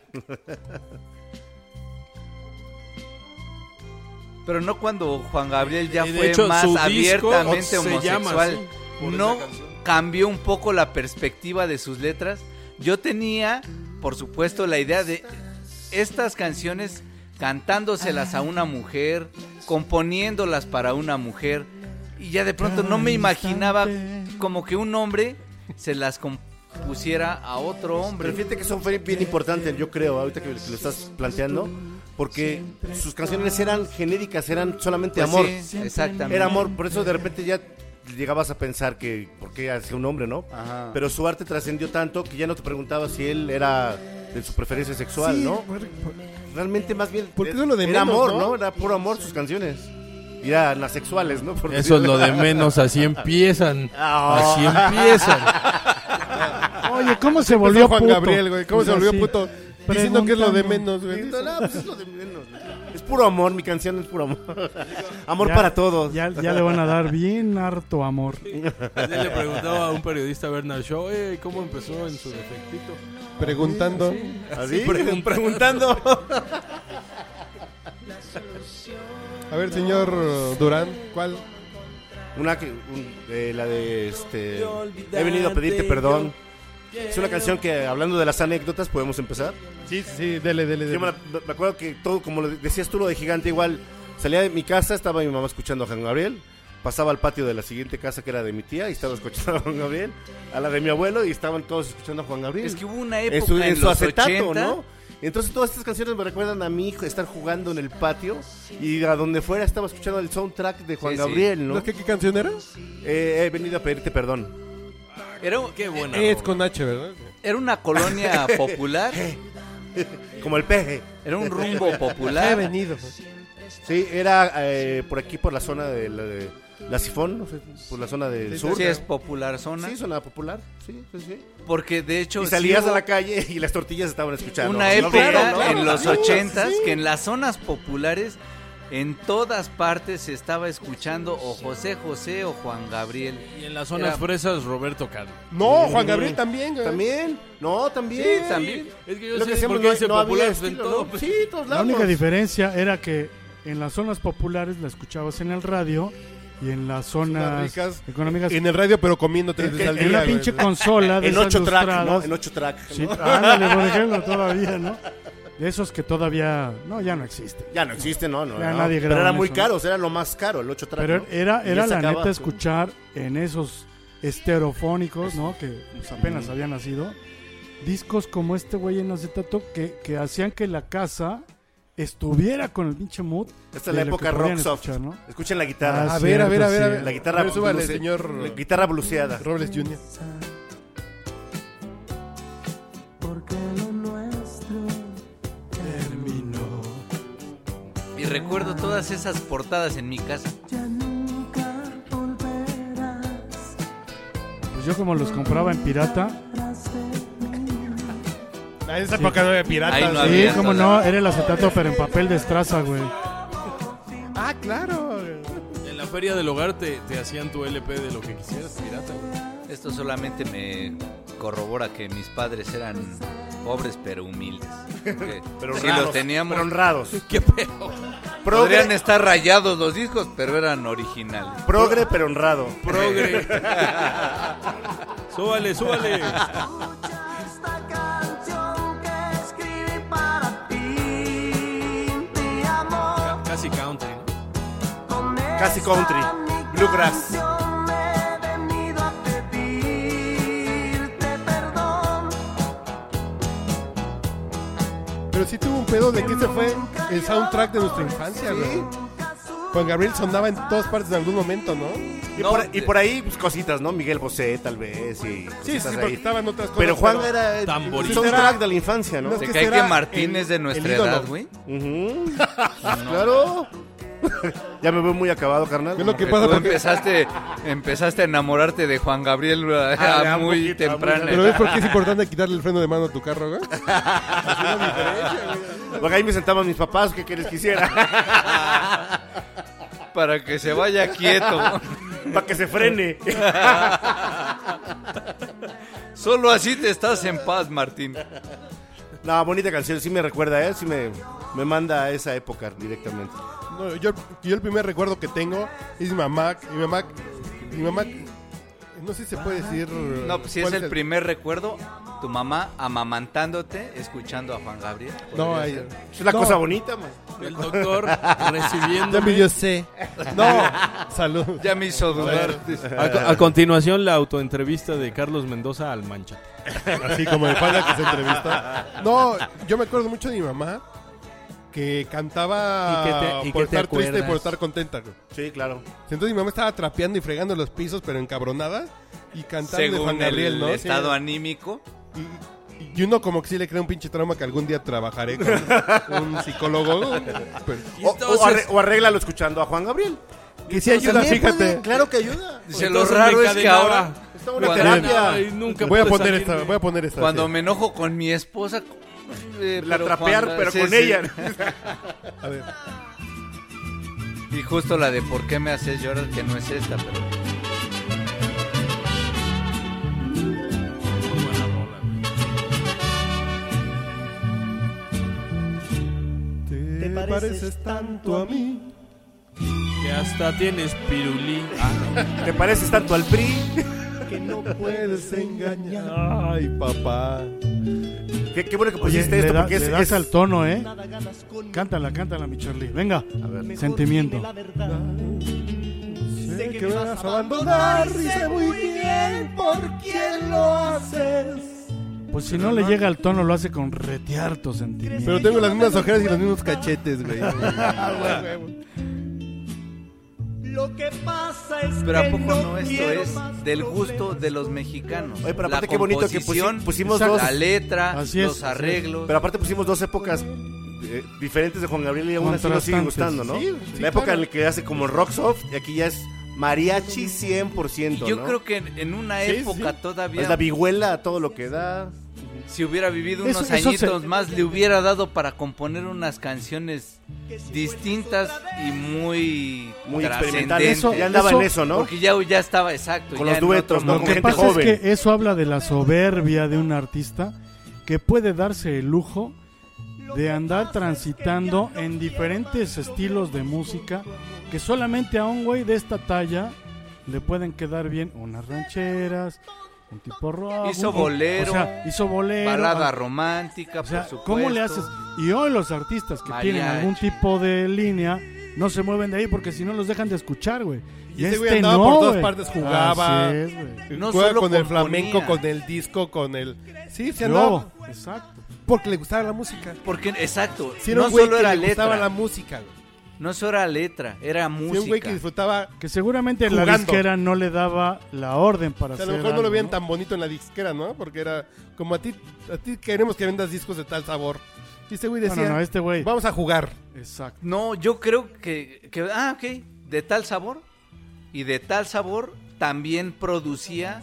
A: Pero no cuando Juan Gabriel ya
E: Y de
A: fue
E: hecho,
A: más
E: su disco
A: abiertamente
E: se llama
A: homosexual.
E: así, por
A: no
E: esa canción.
A: cambió un poco la perspectiva de sus letras. Yo tenía, por supuesto, la idea de estas canciones cantándoselas a una mujer, componiéndolas para una mujer. Y ya de pronto no me imaginaba como que un hombre se las compusiera a otro
F: Pero
A: hombre.
F: fíjate que son bien importantes, yo creo, ahorita que que lo estás planteando, porque sus canciones eran genéricas, eran solamente
A: Pues
F: amor.
A: sí, exactamente.
F: Era amor, por eso de repente ya llegabas a pensar que, ¿por qué hacía un hombre, no?
E: Ah.
A: Ajá.
F: Pero su arte trascendió tanto que ya no te preguntabas si él era de su preferencia sexual, ¿no? Realmente más bien eh,
D: Porque eso es lo de
F: era
D: menos,
F: amor,
D: ¿no?
F: ¿no? Era puro amor sus canciones. Y eran asexuales, ¿no? Por
E: Eso es
F: decirlo. [laughs]
E: lo de menos, así empiezan.
F: Ah,
E: Así empiezan.
C: Oye, ¿cómo se
D: Volvió
C: volvió
D: Juan
C: puto?
D: Gabriel, güey. ¿Cómo se
C: Así.
D: volvió puto? Diciendo que es lo de menos, güey.
F: Diciendo, "No, pues es lo de menos. Es puro amor, mi canción es puro amor. [laughs] Amor
C: Ya-
F: para todos.
C: Ya, ya le van a dar bien harto
D: [laughs]
C: amor.
E: Ayer le preguntaba a un periodista a Bernard Shaw, "Eh, ¿cómo empezó en su defectito?
D: Preguntando.
F: Así, pregun- ¿Ah, [laughs] preguntando.
D: A ver, señor eh, Durán, ¿cuál?
F: Una que, un- eh, la de este. He venido a pedirte perdón. Es una canción que, hablando de las anécdotas, podemos empezar.
D: Sí, sí, dele, dele.
F: Yo me, la- me acuerdo que todo, como lo decías tú, lo de gigante, igual salía de mi casa, estaba mi mamá escuchando a Juan Gabriel, pasaba al patio de la siguiente casa que era de mi tía y estaba escuchando a Juan Gabriel, a la de mi abuelo y estaban todos escuchando a Juan Gabriel.
A: Es que hubo una época
F: en
A: en,
F: su, en su
A: los
F: acetato,
A: 80,
F: ¿no? Entonces todas estas canciones me recuerdan a mi hijo estar jugando en el patio y a donde fuera estaba escuchando el soundtrack de Juan
A: Sí, sí.
F: Gabriel, ¿no?
D: ¿No? ¿Qué, ¿Qué canción era?
F: Eh, he venido a pedirte perdón.
A: Era, eh,
E: Qué buena.
D: Es
E: rola.
D: con H, ¿verdad?
A: era una
F: [laughs]
A: colonia popular.
F: Como el peje.
A: Era un rumbo popular.
F: Sí, era eh, por aquí, por la zona de la, de la Sifón, no sé, por la zona del sur.
A: Sí, es popular zona.
F: Sí, zona popular. Sí, sí, sí.
A: Porque de hecho.
F: Y salías
A: sí
F: a
A: hubo
F: la calle [laughs] y las tortillas estaban escuchando.
A: Una
F: Sí,
A: época
F: claro, claro.
A: en los ochentas que en las zonas populares. En todas partes se estaba escuchando o José José o Juan Gabriel.
E: Y en las zonas
A: Era-
E: fresas, Roberto Carlos.
D: No, Juan Gabriel también, güey.
F: También. No, también.
A: Sí, también.
E: Es que yo
F: Lo que
E: sé
F: decíamos,
E: por
F: no,
E: qué dice
F: no había
E: popular
F: estilo,
E: en todo.
A: pues.
E: pues,
F: ¿no? Sí, todos
C: La
F: lados.
C: única diferencia era que en las zonas populares la escuchabas en el radio y en las zonas
D: Las ricas,
C: económicas
D: En el radio, pero comiendo tres
F: Es
D: veces
F: que
D: al
C: en una
D: día.
C: pinche
D: güey.
C: consola
F: [laughs]
C: de
F: En
C: esas
F: ocho track, ¿no?
C: lustradas.
F: En ocho track.
C: Sí,
F: ¿no?
C: ándale, por ejemplo, todavía, ¿no? De esos que todavía, no, ya no existen.
F: Ya no existe, no, no.
C: Ya
F: no.
C: nadie
F: Pero
C: graba
F: era
C: en
F: muy
C: eso,
F: caro, o sea, era lo más caro, el 8 track.
C: Pero
F: ¿no?
C: era,
F: Y
C: era
F: ya
C: la
F: sacaba-
C: neta escuchar en esos estereofónicos, ¿no? Que pues, apenas habían nacido. Discos como este güey en acetato que, que hacían que la casa estuviera con el pinche mood.
F: Esta
C: de
F: es la
C: lo que
F: época rock
C: podían
F: soft.
C: escuchar, ¿no?
F: Escuchen la guitarra.
C: Ah,
D: A ver, a ver, a ver, a
C: Cierto,
D: ver.
C: sí.
F: la guitarra
D: A ver, súbale,
F: blues-
D: señor
F: La guitarra bluseada.
D: Robles Jr.
A: Y recuerdo todas esas portadas en mi casa.
C: Pues yo como los compraba en pirata,
D: Ah, En esa época no había piratas.
A: Ahí no
D: güey.
C: Sí,
A: había.
C: como no, era el acetato, pero en papel de estraza, güey.
D: Ah, claro.
E: En la feria del hogar te, te hacían tu LP de lo que quisieras, pirata. güey.
A: Esto solamente me corrobora que mis padres eran pobres pero
F: [laughs]
A: humildes. Que
F: Pero
A: sí
F: honrados,
A: los teníamos. [laughs]
F: Pero honrados.
E: ¿Qué pedo?
F: Progre,
A: Podrían estar rayados los discos, pero eran originales.
F: progre, pero honrado.
E: Progre. súbale, súbale.
G: Escucha esta canción que escribí para ti. Te amo.
E: Casi country, ¿no?
G: Con
F: Casi country.
G: esta mi
F: Bluegrass.
G: canción me he venido a pedirte perdón.
D: Pero sí tuvo un pedo de que ese fue el soundtrack de nuestra infancia, güey. Juan Gabriel sonaba en todas partes en algún momento, ¿no?
F: Y,
A: No, eh,
F: por, y
A: de-
F: por ahí, pues, cositas, ¿no? Miguel Bosé, tal vez. Y
D: Sí, sí,
F: cositas
D: porque
F: ahí.
D: estaban otras cosas.
F: Pero Juan era
E: Tamborito.
F: el soundtrack de la infancia, ¿no?
D: No, es
A: Se
D: que
A: cae
D: será
A: que Martín
D: el-
A: es de
D: el
A: nuestra
D: ídolo.
A: edad, güey.
D: [laughs]
F: Ujú. Claro. [laughs] ya me veo muy acabado, carnal.
D: Es lo que
A: Que
D: pasa
A: tú
D: porque...
A: empezaste, empezaste a enamorarte de Juan Gabriel a-
F: Ah,
A: a
F: un
A: muy
F: poquito, a muy-
A: temprana
D: Pero
A: edad.
D: ¿ves por qué es importante quitarle el freno de mano a tu carro, güey?
F: [laughs] Porque ahí me sentaban mis papás, ¿qué quieres que hiciera? [laughs]
A: para que se vaya
D: [laughs]
A: quieto.
F: Para que se frene.
A: Solo así te estás en paz, Martín.
F: no, bonita canción, sí me recuerda, ¿eh? Sí me, me manda a esa época directamente.
D: No, yo, yo el primer recuerdo que tengo es mi mamá. Mi mamá. Mi mamá. No sé si se puede decir.
A: No, pues, si
D: cuál
A: es el primer recuerdo, tu mamá amamantándote, escuchando a Juan Gabriel.
D: No, ahí.
F: Es una
D: No.
F: cosa bonita, man.
E: El doctor recibiendo.
D: Ya me yo sé. No, salud.
A: Ya me hizo dudar.
E: A, a continuación, la autoentrevista de Carlos Mendoza al Mancha.
D: Así como de panda que se entrevista. No, yo me acuerdo mucho de mi mamá que cantaba
E: ¿Y qué te- y
D: por
E: qué te
D: estar triste y
E: acuerdas?
D: por estar contenta. güey.
F: Sí, claro.
D: Entonces mi mamá estaba trapeando y fregando los pisos, pero encabronada. Y cantando de Juan
A: Según
D: Gabriel,
A: el
D: ¿no? Sí.
A: estado anímico.
D: Y- Y uno como que sí le crea un pinche trauma que algún día trabajaré
A: [laughs]
D: con un psicólogo. pero-
E: Y
F: O, o
E: entonces-
F: arre- o arréglalo escuchando a Juan Gabriel.
D: Que sí ayuda,
F: También
D: fíjate.
F: puede, claro que ayuda.
D: Pues,
A: Dice, lo
E: Entonces
A: raro
E: me
A: es que
E: encadenaba.
A: ahora,
F: Está una
A: Cuando-
F: terapia.
E: Ay, nunca
D: Voy a
E: pude
D: poner
E: salirme.
D: esta, voy a poner esta.
A: cuando
D: sí.
A: me enojo con mi esposa... eh,
F: La
A: pero
F: trapear,
A: Juan-
F: pero
A: sí,
F: con
A: sí.
F: ella.
D: A ver.
A: Y justo la de por qué me haces llorar, que no es esta, pero...
E: Muy buena rola, güey.
D: Te pareces tanto a mí.
E: Que hasta tienes pirulí.
F: ¿Te pareces tanto al PRI?
C: [laughs]
D: Puedes engañar. Ay, papá.
F: Qué, qué bueno que
C: Oye,
F: pusiste
C: le
F: Pues este, esto
C: da-
F: porque es,
C: le das
F: es-
C: al tono, ¿eh?
G: Nada ganas con
C: Cántala, cántala, mi Charlie. Venga, sentimiento.
G: la verdad.
D: Sé
G: que
D: que
G: me
D: me vas
G: vas
D: a abandonar y sé muy bien por quién lo haces.
C: Pues si no le llega al tono, lo hace con retiarto sentimiento.
D: Pero tengo las mismas ojeras y los mismos cachetes, güey.
G: Lo que pasa es
A: Pero ¿a
G: que
A: poco
G: no,
A: no esto
G: quiero
A: es
G: más
A: del gusto
G: problemas.
A: de los mexicanos?
F: Oye, pero
A: La
F: aparte qué bonito que pusi-
A: composición,
F: pusimos
A: la
F: dos-
A: letra,
C: Así es,
A: los
C: así es.
A: arreglos.
F: Pero aparte pusimos dos épocas eh, diferentes de Juan Gabriel y aún así nos siguen gustando,
C: Contrastantes.
F: ¿no?
D: Sí, sí,
F: la época
D: claro.
F: en la que hace como rock soft y aquí ya es mariachi 100%,
A: Y yo
F: ¿no?
A: creo que en, en una
D: Sí,
A: época
F: es
A: todavía,
F: la vihuela a todo lo que da.
A: si hubiera vivido
C: Eso-
A: unos
C: eso se-
A: añitos más, le hubiera dado para componer unas canciones distintas y muy,
F: Muy experimental.
A: trascendentes.
C: Eso-
F: ya andaba
C: eso-
F: en eso, ¿no?
A: Porque ya, ya estaba exacto.
F: Con
A: ya
F: los
A: en
F: duetos,
A: otro
F: ¿no?
C: Lo
F: con
A: momento.
C: que
F: gente
C: pasa
F: joven.
C: es que eso habla de la soberbia de un artista que puede darse el lujo de andar transitando en diferentes estilos de música que solamente a un güey de esta talla le pueden quedar bien unas rancheras, un tipo rock.
A: Hizo
C: un-
A: bolero,
C: o sea, hizo bolero. ah,
A: Balada romántica,
C: o sea,
A: por supuesto.
C: ¿cómo le haces? Y hoy los artistas que tienen
A: Mariachi.
C: algún tipo de línea no se mueven de ahí porque si no los dejan de escuchar, güey. este
D: Y ese güey andaba por todas partes, jugaba.
C: Así es, güey.
A: No
D: Juega
A: solo
D: con el
A: componía.
D: flamenco, con el disco, con el... Sí,
C: Yo,
D: se andaba
C: exacto.
D: porque le gustaba la música.
A: Porque, exacto,
D: Sí, era
A: no
D: un güey
A: solo
D: que
A: era
D: le gustaba
A: letra,
D: la música. güey.
A: no solo era letra, era
D: Sí, un güey que
A: música.
D: disfrutaba...
C: Que seguramente la
D: Jugando.
C: disquera no le daba la orden para
D: O sea, a
C: hacer
D: lo mejor no
C: algo,
D: lo veían tan bonito en la disquera, ¿no? Porque era como a ti, a ti queremos que vendas discos de tal sabor. Y este güey
C: Bueno,
D: decía,
C: no, este güey.
D: vamos a jugar.
C: Exacto.
A: No, yo creo que, que- ah, ok, de tal sabor y de tal sabor también producía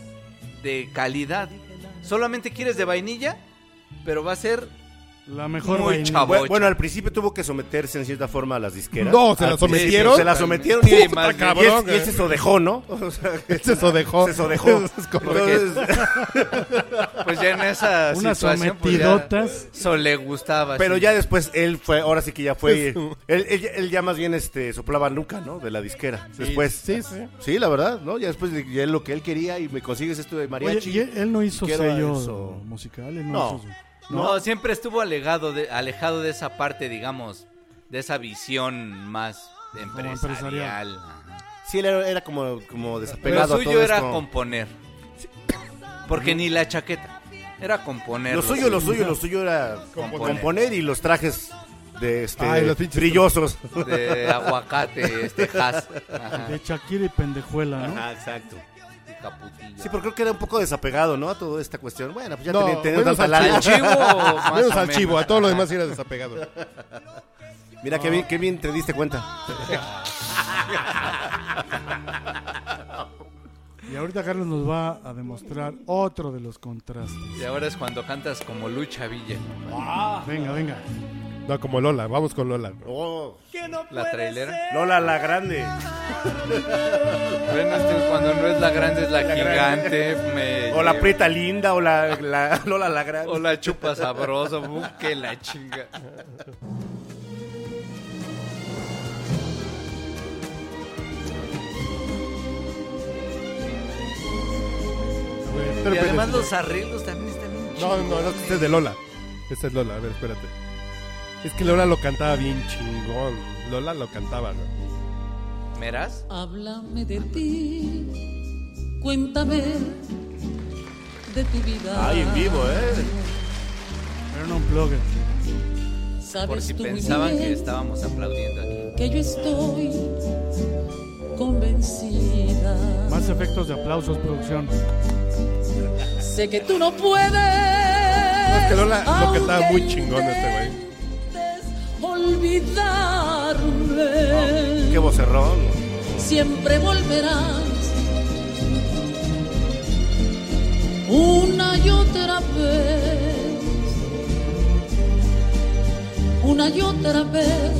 A: de calidad. Solamente quieres de vainilla, pero va a ser
C: La mejor
A: muy
C: vainilla.
A: chavo.
F: Bu- Bueno, al principio tuvo que someterse en cierta forma a las disqueras.
D: No, se
F: Al
D: la
F: principio
D: sometieron.
F: Se la sometieron y,
A: Sí,
F: y
A: más
F: él-
A: bien.
F: y
D: cabrón,
F: él se
C: [laughs]
F: sodejó, ¿no? O sea,
D: Se
C: Oh,
D: sodejó.
F: se sodejó.
D: Es correcto.
F: Entonces,
A: Pues ya en esa
C: Unas
A: situación pues, ya
C: sometidotas.
A: so le gustaba.
F: pero
A: sí.
F: ya después él fue, ahora sí que ya fue.
D: Es un-
F: Él, él- él ya más bien este, soplaba nuca, ¿no? De la disquera. Después.
D: Sí, sí.
F: Sí, la verdad, ¿no? Ya después de ya lo que él quería y me consigues esto de
C: Oye,
F: mariachi.
C: y él, él no hizo
F: Quiero
C: sello
F: eso.
C: musical, él no,
F: No.
C: hizo su-
A: No, siempre estuvo alejado de, alejado de esa parte, digamos, de esa visión más empresarial.
C: empresarial.
A: Ajá.
F: Sí, él era, era como, como
A: Pero
F: desapegado
A: lo
F: a todo
A: suyo era
F: esto.
A: componer. Porque ni la chaqueta. Era componer.
F: Lo suyo, lo suyo, lo suyo era
A: Componer.
F: componer, y los trajes de este
D: Ay, los pinches-
F: brillosos.
A: De aguacate, este
F: [laughs]
A: jazz. Ajá,
C: De Shakira y Pendejuela, ¿no?
F: Ajá, exacto.
A: y caputillo.
F: Sí, pero creo que era un poco desapegado, ¿no? A toda esta cuestión. Bueno, pues ya
D: No,
F: tenía, tenía
D: menos
F: tanta
D: al
F: lana.
A: Al chivo,
F: [laughs]
A: más
D: Menos
A: o
D: al
A: menos.
D: chivo, a todo lo demás sí era desapegado.
F: Mira qué bien, qué bien te diste cuenta.
C: Y ahorita Carlos nos va a demostrar otro de los contrastes.
A: Y ahora es cuando cantas como Lucha Villa.
C: Venga, venga.
D: No, como Lola, vamos con Lola.
F: Oh,
A: La trailera.
F: Lola la grande.
A: Bueno, este, cuando no es la grande, es la, gigante. me
F: O la
A: lleva.
F: prieta linda, o la, la- [laughs] Lola la grande.
A: O la chupa sabroso, uh, que la chinga. Y además los
H: Pues
A: arreglos también están bien
D: No, no, no, este es de Lola. Este es Lola, a ver, espérate. Es que Lola lo cantaba bien chingón. Lola lo cantaba, ¿no?
A: chidos. ¿Meras?
H: Ah, Háblame de ti, cuéntame de tu vida.
F: Ay, en vivo, ¿eh?
C: Pero no un blogger.
H: Sabes
A: Por si
H: tú muy
A: pensaban que
H: bien
A: estábamos aplaudiendo aquí.
H: que yo estoy convencida.
C: Más efectos de aplausos, producción.
H: Sé que tú no puedes.
D: que Lola lo
H: aunque
D: cantaba muy chingón este güey.
H: intentes Olvidarme.
F: Qué vocerrón.
H: siempre volverás una y otra vez, una y otra vez,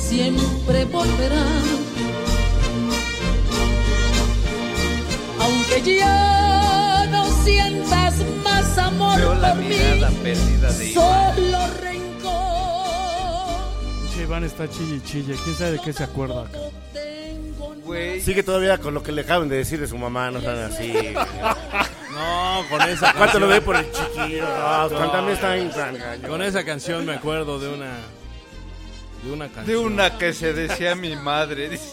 H: siempre volverás, aunque ya no sientas más amor
A: Veo la
H: por mí,
A: mirada perdida de Iván.
H: solo rencor.
C: Che, Iván está chille y chille. ¿Quién sabe de qué se acuerda acá?
A: Güey,
F: Sigue todavía con lo que le acaban de decir de su mamá, no están [laughs] así.
E: No, con esa
F: ¿Cuánto
E: canción.
F: lo ve por el chiquillo? No, también está ahí, tan gañón.
E: Con esa canción me acuerdo de una. De una canción.
A: de una que se decía mi madre. dice.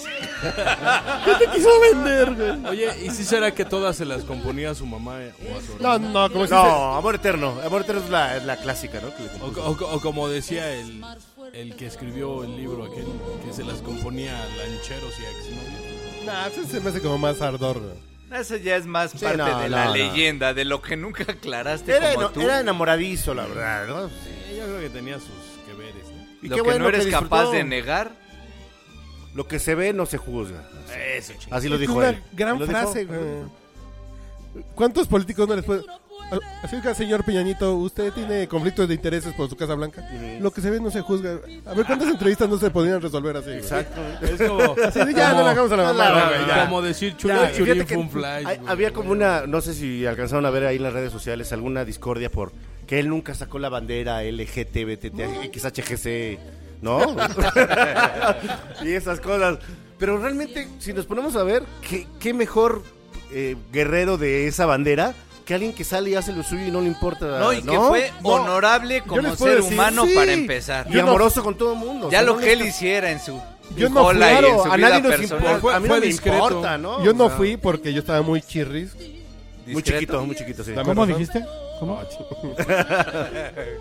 E: Oye, ¿y si será que todas se las componía a su mamá eh, o a su hermano?
D: No, no, como
F: No, amor eterno. Amor eterno es la, es la clásica, ¿no? Que le
E: O,
F: compuso.
E: o- o como decía el, el que escribió el libro aquel, que se las componía a lancheros y a exnovios.
D: Nah, ese Ah, se me hace como más ardor. ¿no?
A: Eso ya es más
F: Sí,
A: parte
F: no,
A: de
F: no,
A: la
F: no.
A: leyenda, de lo que nunca aclaraste
F: Era,
A: como
F: eno-
A: tú.
F: era enamoradizo, la verdad, ¿no?
E: Eh, yo creo que tenía sus que veres. ¿no?
F: Y
A: lo
F: qué
A: que
F: bueno
A: no eres
F: disfrutó.
A: capaz de negar.
F: Lo que se ve no se juzga.
E: Eso, chingada.
F: Así lo
D: Es
F: dijo
D: una
F: él.
D: gran
F: Lo dijo.
D: frase, güey. ¿Cuántos políticos no les puede...? Ah, Así que, señor Peñanito, ¿usted tiene conflictos de intereses por su Casa Blanca? Lo que se ve no se juzga. A ver, ¿cuántas entrevistas no se podrían resolver así? güey?
F: Exacto.
E: Es como,
D: Así de, ya, no le hagamos a la
F: No,
D: mamá,
F: no,
D: güey,
F: no,
D: ya.
E: como decir chulo,
F: Ya,
E: chulín,
F: fíjate que
E: fue un flash.
F: hay-
E: güey.
F: había como una, no sé si alcanzaron a ver ahí en las redes sociales alguna discordia por que él nunca sacó la bandera LGTBTXHGC, ¿no? [laughs] y esas cosas. Pero realmente, si nos ponemos a ver, qué, qué mejor eh, guerrero de esa bandera que alguien que sale y hace lo suyo y no le importa.
A: No, y que fue
F: Ah, No.
A: honorable como
D: les puedo
A: ser
D: decir,
A: humano
D: sí.
A: para empezar.
F: Y amoroso con todo el mundo.
A: Ya
F: O sea,
A: lo
F: no
A: que él
F: le-
A: hiciera en su
D: Yo no,
A: cola y en
D: claro,
A: su
D: a
A: vida
D: nadie nos
A: personal.
E: importa.
F: A mí no
E: Fue
F: me
E: discreto.
F: importa, ¿no?
D: Yo
F: O
D: no
F: sea,
D: fui porque yo estaba muy chirris.
F: Muy
A: Discreto.
F: chiquito, muy chiquito, sí.
D: Dame
C: ¿Cómo
D: razón.
C: dijiste? ¿Cómo? [laughs]
D: [laughs]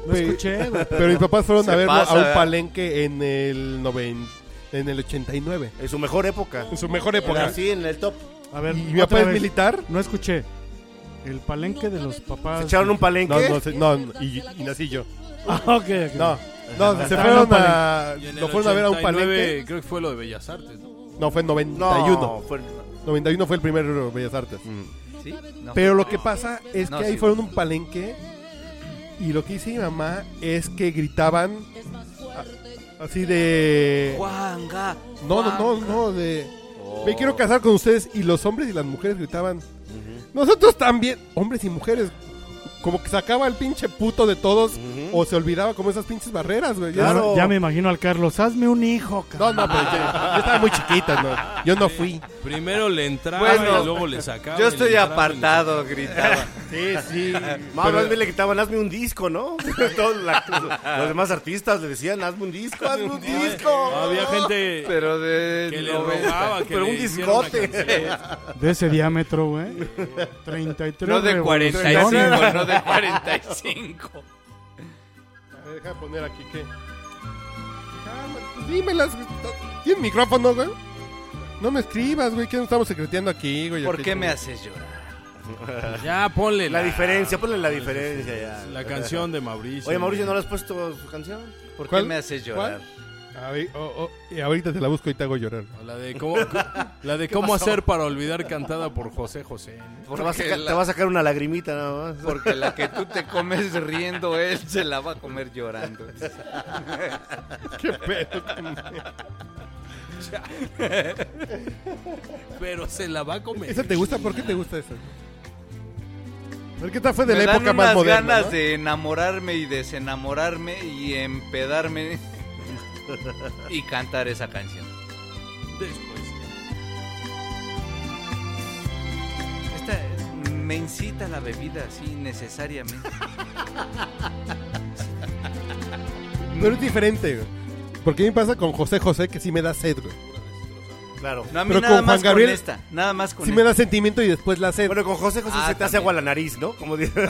C: No escuché, güey.
D: Ah, Pero mis papás fueron
A: Se
D: a verlo
A: pasa,
D: a un
A: ¿verdad?
D: palenque en el, noven... en el 89.
F: En su mejor época.
D: En su mejor
F: Era
D: época.
F: así, en el top.
C: A ver,
D: Y mi papá
C: otra
D: es
C: vez.
D: militar.
C: No escuché. El palenque de los papás.
F: Se echaron un palenque.
D: No, no, sé, no, no, y, y nací yo.
C: Ah, ok, ok.
D: No, no, se fueron a.
E: Y en
D: Lo
E: el
D: fueron a ver a un
E: 89,
D: palenque.
E: Creo que fue lo de Bellas Artes. ¿no?
D: No, fue en
F: No,
D: 91.
F: fue-
D: 91 fue el primer Bellas Artes.
A: ¿Sí? No.
D: Pero lo que pasa es
A: No,
D: que ahí
A: sí.
D: fueron un palenque y lo que dice mi mamá es que gritaban a- así de...
A: Juanga.
D: No, no, no, no, de... Me
A: Oh.
D: quiero casar con ustedes y los hombres y las mujeres gritaban. Nosotros también, hombres y mujeres. Como que sacaba el pinche puto de todos o se olvidaba como esas pinches barreras, güey.
C: Ya-
F: Claro.
C: Ya me imagino al Carlos, hazme un hijo,
D: No,
C: cabrón.
D: no, pero yo, yo estaba muy chiquita, no. Yo no fui.
E: Primero le entraba
A: Bueno,
E: y luego le sacaba.
A: Yo
E: y le
A: estoy
E: entraba y le
A: apartado, [laughs] gritaba.
F: Sí,
D: [laughs]
F: sí. Más más bien le gritaban, hazme un disco, ¿no? [laughs] Todos la- los demás artistas le decían, hazme un disco, hazme un disco.
E: sacaba. Había gente
A: Pero de.
E: que le
A: 90.
E: rogaba que
F: Pero
E: le
F: un
E: hiciera una
F: discote.
E: canción.
C: De ese diámetro,
D: [laughs]
C: güey. 33
A: No de
C: revoluciones.
A: 45, [laughs] no de 45.
D: Deja poner aquí que. pues Dímelas. güey. ¿Tienes micrófono, güey? No me escribas, güey, que no estamos secreteando aquí, güey.
A: ¿Por
D: Aquí,
A: qué me
D: güey.
A: haces llorar?
E: Ya, ponle
F: La
E: la,
F: diferencia, ponle la diferencia ya.
E: la canción de Mauricio.
F: Oye, Mauricio, ¿no le has puesto su canción?
A: ¿Por
D: ¿Cuál?
A: qué me haces llorar?
D: A ver, oh, oh, y ahorita te la busco y te hago llorar.
E: O La de cómo, la de cómo hacer para olvidar cantada por José José. ¿no?
F: Te va, a
A: Porque,
F: sacar, te va
A: la,
F: a sacar una lagrimita nada más.
A: porque la que tú te comes riendo, él se la va a comer [laughs] llorando.
E: Pero se la va a comer.
D: ¿Esa te gusta? ¿Por qué te gusta esa? Porque esta fue de
A: Me
D: la
A: dan
D: época más
A: unas
D: moderna.
A: ganas
D: ¿no?
A: de enamorarme y desenamorarme y empedarme [laughs] y cantar esa canción.
E: Después.
A: Esta me incita a la bebida, sí, necesariamente.
D: Pero es diferente, güey. Porque a mí me pasa con José José que sí me da sed, güey.
F: Claro.
A: No, a mí
D: Pero
A: nada
D: con
A: más
D: Juan Gabriel-
A: con esta, nada más con
D: Sí me
A: esta.
D: da sentimiento y después la sed.
F: Bueno, con José José
A: Ah,
F: se te hace
A: también.
F: agua la nariz, ¿no? Como dice.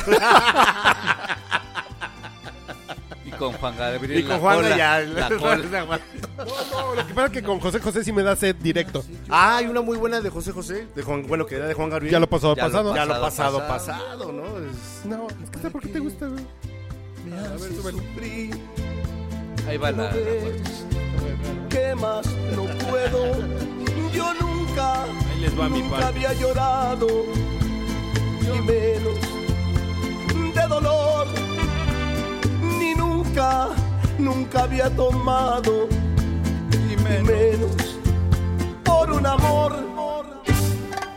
A: Y con Juan Gabriel
F: [laughs] Y con
A: la
F: Juan
A: cola,
F: ya. [laughs]
A: la cola.
D: No, lo que pasa es que con José José sí me da sed directo.
F: Ah, hay una muy buena de José José. De Juan, bueno, que era de Juan Gabriel.
D: Ya lo pasado,
A: Ya lo
D: pasado.
F: Ya lo
A: Pasado,
F: pasado,
A: pasado.
F: pasado, ¿no? Es-
D: No, es que esta, ¿por qué te gusta, güey?
G: A ver, súbelo.
A: Ahí va la, la puerta.
G: ¿Qué más no puedo? Yo nunca,
E: Ahí les va mi
G: nunca
E: parte.
G: había llorado, ni menos de dolor, ni nunca, nunca había tomado, ni menos por un amor.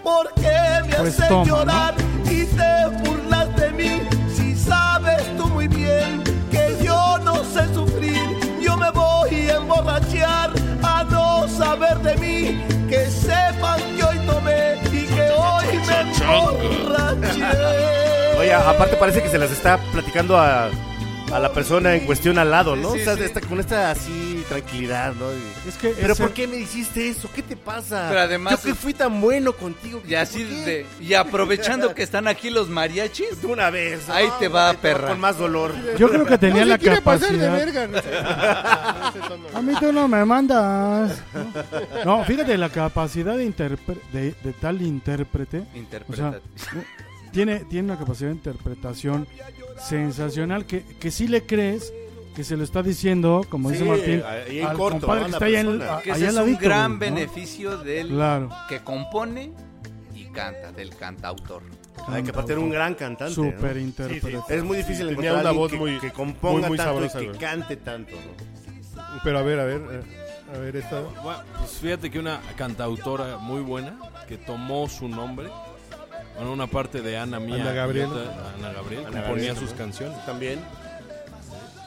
G: ¿Por qué me
C: Pues
G: haces
C: toma, ¿no?
G: llorar y te burlas de mí? Si sabes tú muy bien que yo no sé sufrir, yo me voy a emborrachar a no saber de mí. Que sepan que hoy tomé y que hoy me emborraché.
F: Oye, aparte parece que se las está platicando a, a la persona en cuestión al lado, ¿no?
A: Sí, sí,
F: o sea,
A: sí.
F: de esta- con esta así tranquilidad, ¿no? Y-
C: Es que
F: Pero
C: ese-
F: ¿por qué me hiciste eso? ¿Qué te pasa?
A: Pero además-
F: Yo que fui tan bueno contigo.
A: Y así
F: ¿por qué?
A: de, y aprovechando que están aquí los mariachis,
F: De una vez.
A: Ahí te va, perra.
F: Con más dolor.
C: Yo creo que tenía
D: No se
C: la
D: quiere pasar
C: capacidad.
D: de verga. no sé.
C: A mí tú no me mandas. No, fíjate, la capacidad de, interpre- de, de tal intérprete
A: interpreta.
C: tiene, tiene una capacidad de interpretación sensacional que, que sí le crees que se lo está diciendo, como
F: Sí,
C: dice Martín,
F: ahí en
C: al
F: corto,
C: compadre
F: ¿no?
C: que
F: La
C: está allá, en,
F: persona.
C: a-
A: [laughs] que
C: allá
A: ese
C: al
A: es un
C: ladito,
A: gran
C: güey, ¿no?
A: beneficio del
C: Claro.
A: que compone y canta, del cantautor.
F: Hay que aparte era un gran cantante. ¿no?
C: Súper intérprete.
F: Es muy difícil
D: Tenía
F: encontrar
D: una
F: a alguien
D: voz
F: que,
D: muy-
F: que componga
D: muy, muy
F: tanto
D: sabrosa,
F: y que
D: güey.
F: cante tanto, ¿no?
D: [laughs] Pero a ver, a ver. eh, A ver, esta.
E: Bueno, pues fíjate que una cantautora muy buena que tomó su nombre. Bueno, una parte de Ana Mía.
D: Ana Gabriel.
E: y otra- Ana Gabriel.
F: Ana
E: componía
F: Gabriel,
E: sus
F: ¿no?
E: canciones.
F: También.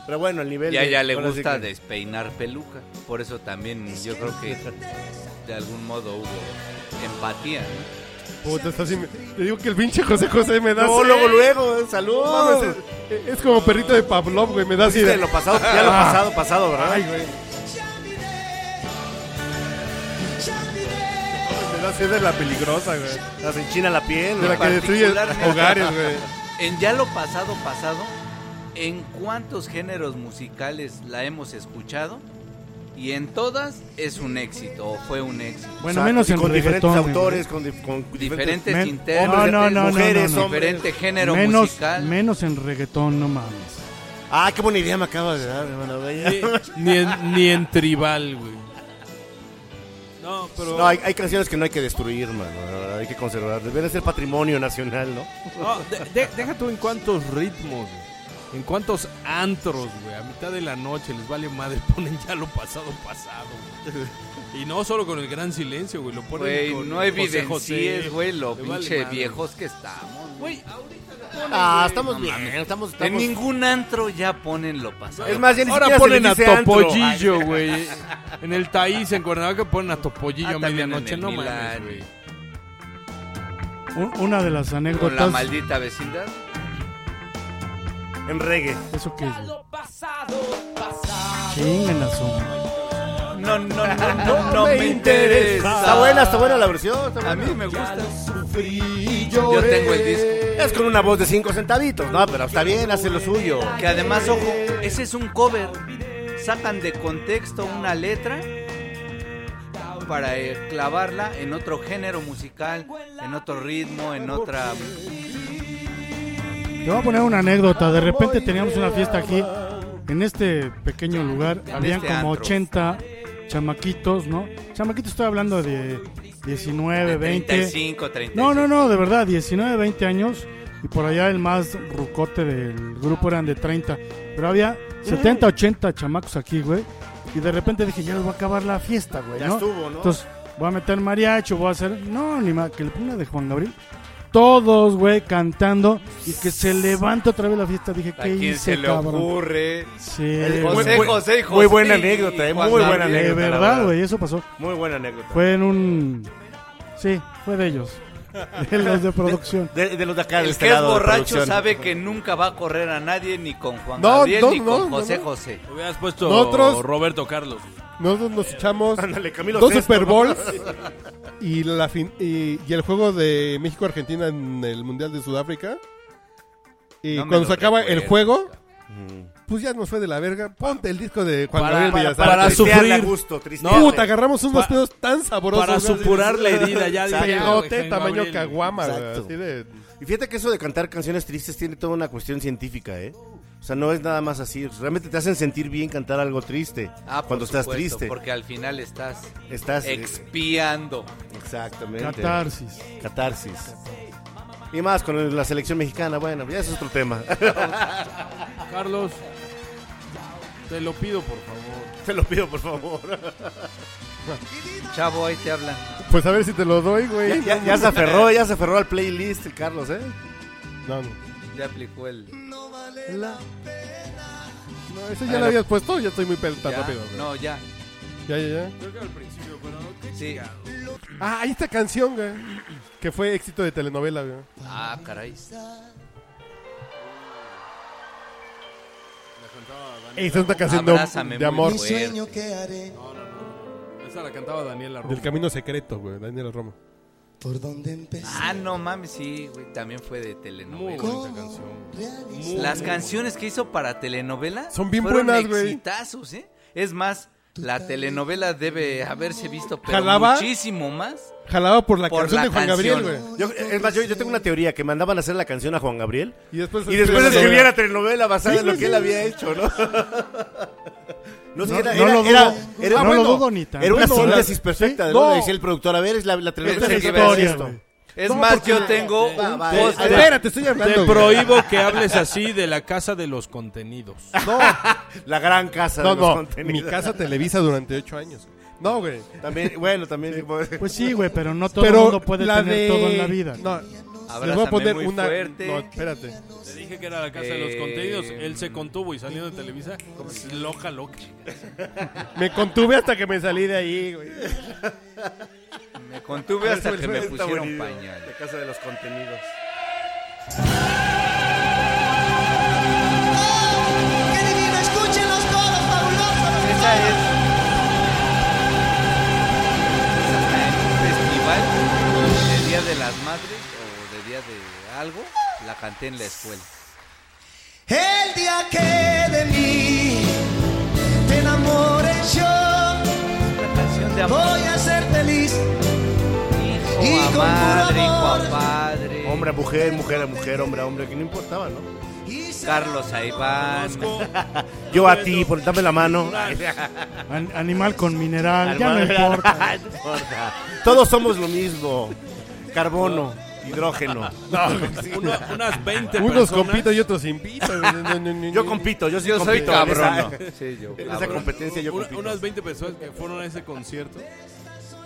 F: Pero bueno, el nivel...
A: Y a
F: de-
A: ella le
F: ahora sí
A: gusta
F: que-
A: despeinar peluca. Por eso también yo creo que de algún modo hubo empatía. ¿no?
D: Puta, está así. me- Te digo que el pinche José José me da.
F: No,
D: sed.
F: luego, luego, eh, salud.
D: No, mames, es, es como perrito de Pavlov, güey. Me da así.
F: Viste,
D: De... Ah.
F: lo pasado, ya lo pasado, pasado, ¿verdad?
D: Ay, güey. Me da sed de la peligrosa, güey.
F: Nos enchina la piel.
D: De la que
F: ¿verdad?
D: destruye
A: Particularmente.
D: hogares, güey.
A: En ya lo pasado pasado, ¿en cuántos géneros musicales la hemos escuchado? Y en todas es un éxito o fue un éxito.
C: Bueno,
F: Exacto,
C: menos
F: y
C: en
F: con diferentes
C: reggaetón,
F: autores, con, di- con diferentes...
A: Diferentes
C: Men-
A: intérpretes,
C: No, no, no, no,
F: mujeres,
C: no, no.
F: hombres.
A: diferente género
C: menos,
A: musical.
C: menos en reggaetón, no mames.
F: Ah, qué buena idea me acabas de dar, hermano. güey.
E: Ni, ni en, ni en tribal, güey. No, No, pero.
F: [laughs] No, hay, hay canciones que no hay que destruir, mano. la verdad, Hay que conservar. Debería ser patrimonio nacional, ¿no?
E: No, de- de- deja tú en cuántos ritmos, güey. en cuántos antros, güey. A mitad de la noche les vale madre, [laughs] ponen ya lo pasado pasado. güey. Y no solo con el gran silencio, güey. Lo ponen
A: Güey,
E: con
A: no
E: José José.
A: evidencies, güey, lo
E: Le vale
A: pinche
E: madre.
A: viejos que estamos. güey.
F: Ah, estamos bien, estamos,
A: En
F: estamos...
A: ningún antro ya ponen lo pasado.
F: Es más, ya ni
E: Ahora
F: siquiera se le
E: ponen a
F: dice antro.
E: Topollillo, güey. En el Taís, en Cuernavaca, ponen a Topollillo
A: Ah,
E: a
A: también en
E: medianoche.
A: el
E: No mames,
A: Milán.
E: güey.
C: Un- Una de las
A: con la
C: anécdotas.
A: maldita vecindad.
F: Ah, En reggae.
C: ¿Eso qué es? güey? Chinguen a su madre.
A: No, no, no, no, no me interesa.
F: Está buena, está buena la versión. está
A: A
F: buena.
A: mí me gusta.
F: Yo
A: Yo tengo el disco.
F: Es con una voz de 5 centavitos, ¿no? Pero está bien, hace lo suyo.
A: Que además, ojo, ese es un cover. Sacan de contexto una letra para eh, clavarla en otro género musical, en otro ritmo, en otra...
C: Te voy a poner una anécdota. De repente teníamos una fiesta aquí. En este pequeño lugar habían
A: este
C: como
A: antro.
C: 80 chamaquitos, ¿no? Chamaquitos, estoy hablando de 19,
A: de
C: 20.
A: 35, 30.
C: No, no, no, de verdad, 19, 20 años. Y por allá el más rucote del grupo eran de 30. Pero había 70, 80 chamacos aquí, güey. Y de repente dije, ya les va a acabar la fiesta, güey.
F: Ya
C: ¿no?
F: estuvo, ¿no?
C: Entonces, voy a meter mariachi, voy a hacer. No, ni más, que le ponga de Juan Gabriel. Todos, güey, cantando y que se levanta otra vez la fiesta. Dije,
A: ¿A
C: ¿qué
A: quién
C: hice,
A: se le
C: cabrón? Eh,
A: ocurre?
C: Sí,
F: El
C: güey.
A: José,
F: Muy-
A: José, y José.
F: muy buena
A: y
F: anécdota, eh,
A: Juan
F: muy buena
A: Gabriel.
C: de
F: anécdota, la
C: verdad,
F: verdad.
C: güey, eso pasó.
F: Muy buena anécdota.
C: Fue en un. Sí, fue de ellos. [laughs] De los de producción.
F: De, de los de acá, de
A: El
F: este
A: que es
F: lado de
A: borracho
F: producción.
A: sabe que nunca va a correr a nadie, ni con Juan
D: No,
A: Gabriel,
D: no,
A: ni con
D: no, no,
A: José
D: no.
A: José.
E: Hubieras puesto
D: Nosotros-
E: Roberto Carlos.
D: Nosotros nos echamos
F: Ándale, Camilo
D: dos
F: Sesto,
D: Super
F: ¿no? [laughs]
D: Bowls y, la fin- y, y el juego de México-Argentina en el Mundial de Sudáfrica. Y
A: No me
D: cuando
A: lo
D: se acaba el
A: recuerdes,
D: juego,
F: Mm.
D: pues ya nos fue de la verga. Ponte el disco de Juan
E: Para-
D: Gabriel
F: Para,
D: Villasante.
F: para
E: sufrir.
F: tristearle a gusto, tristearle.
D: Puta, agarramos unos
E: Pa-
D: pedos tan sabrosos.
E: Para
D: güey.
E: supurar la herida, ya dije,
D: Peyote,
E: güey, Juan
D: tamaño
E: Gabriel.
D: caguama, güey,
F: Exacto.
D: así de-
F: Y fíjate que eso de cantar canciones tristes tiene toda una cuestión científica, ¿eh? O sea, no es nada más así. Realmente te hacen sentir bien cantar algo triste.
A: Ah, por
F: cuando estás
A: supuesto,
F: triste.
A: Porque al final estás
F: Estás. eh,
A: expiando.
F: exactamente.
C: Catarsis.
F: Catarsis. Y más con el- la selección mexicana. Bueno, ya eso es otro tema. [laughs]
E: Carlos, te lo pido, por favor.
F: Te lo pido, por favor.
A: Chavo, ahí te hablan.
D: Pues a ver si te lo doy, güey.
F: Ya, ya- ya se aferró, ya se aferró al playlist el Carlos, ¿eh?
D: No, no.
A: Ya aplicó el...
D: No, ese ya lo habías puesto, ya estoy muy pel- tan
A: ya,
D: rápido. güey.
A: No, ya.
D: Ya, ya, ya.
A: Sí.
D: Ah, hay esta canción, güey. Que fue éxito de telenovela, güey.
A: Ah, caray.
D: Esa es una canción
A: Abrázame
D: de, de amor.
B: Mi
A: fuerte.
B: sueño que haré
E: Esa la cantaba Daniela
D: Del
E: Romo.
D: camino secreto, güey. Daniel Romo.
B: por donde empecé.
A: Ah, no mames, sí, güey. También fue de
E: Muy
A: telenovela.
E: bonita canción.
B: Realiza-
A: Las canciones que hizo para telenovela
D: Son bien
A: fueron
D: buenas, güey.
A: exitazos, ¿eh? Es más, la telenovela debe haberse visto pero
D: ¿Jalaba?
A: muchísimo más.
D: Jalado por la
A: Por
D: canción
A: la
D: de Juan
A: canción.
D: Gabriel, güey.
F: Yo- es más, yo, yo tengo una teoría que mandaban a hacer la canción a Juan Gabriel
D: Y después,
F: y después
D: escribió-
F: escribía la telenovela basada en lo que él había hecho, ¿no? [laughs] No, sé,
C: No-
F: era,
C: no
F: era-
C: lo dudo.
F: era- era-
C: No
F: ah, bueno,
C: lo dudo ni tanto.
F: Era una
D: Bueno,
F: síntesis
D: la-
F: perfecta,
D: sí,
F: ¿no?
D: no.
F: Decía el productor, a ver, es la, la telenovela
A: Esta
F: de
A: es
F: Juan
A: la
F: Gabriel,
A: historia,
F: esto.
A: Es más, yo tengo
F: Va,
A: un
F: va,
A: post-
F: va.
D: Espérate, estoy hablando.
E: Te
D: güey.
E: prohíbo que hables así de la casa de los contenidos.
F: Ah, La gran casa
D: No,
F: de los
D: no. Mi
F: contenidos.
D: casa Televisa durante ocho años. No, güey.
F: [laughs] También, bueno, también.
C: Pues sí, güey, pero no todo el
D: Pero
C: mundo puede
D: la
C: tener
D: de...
C: todo en la vida.
D: No, les voy
A: Abrázame
D: a poner
A: muy
D: una...
A: fuerte.
D: No, espérate.
E: Te dije que era la casa de los
A: Eh,
E: contenidos. Él se contuvo y salió de Televisa. Es Loca, loca.
D: Me contuve hasta que me salí de ahí, güey.
A: Me contuve hasta que me
F: Está
A: pusieron
F: bonito.
A: pañal.
F: La casa de los contenidos.
B: ¡Qué divino! Escuchen los coros fabulosos.
A: Esa es. es hasta en un festival de Día de las Madres o de Día de algo. La canté en la escuela.
B: El día que de mí te enamores yo
A: La canción de amor.
B: voy a ser feliz.
A: Hijo
B: Y
A: a
B: con puro
A: madre, hijo
B: amor.
A: a padre.
F: [laughs] hombre a mujer, mujer a mujer, hombre a hombre, que no importaba, ¿no?
A: Carlos Aiván.
F: [laughs] Yo a ti, por dame la mano.
C: An- animal con mineral, [laughs] ya no
F: Hermano,
A: [laughs]
C: importa.
F: no importa. Todos somos lo mismo. Carbono, hidrógeno.
E: Uno- unas 20
D: Unos
E: personas.
D: con pito y otros sin pito.
F: [laughs] Yo compito, yo, sí
A: Yo soy
F: compito en esa-
A: cabrón.
F: En
A: Sí, yo,
F: esa,
A: cabrón.
F: competencia yo
E: Una-
F: compito.
E: unas 20 personas que fueron a ese concierto.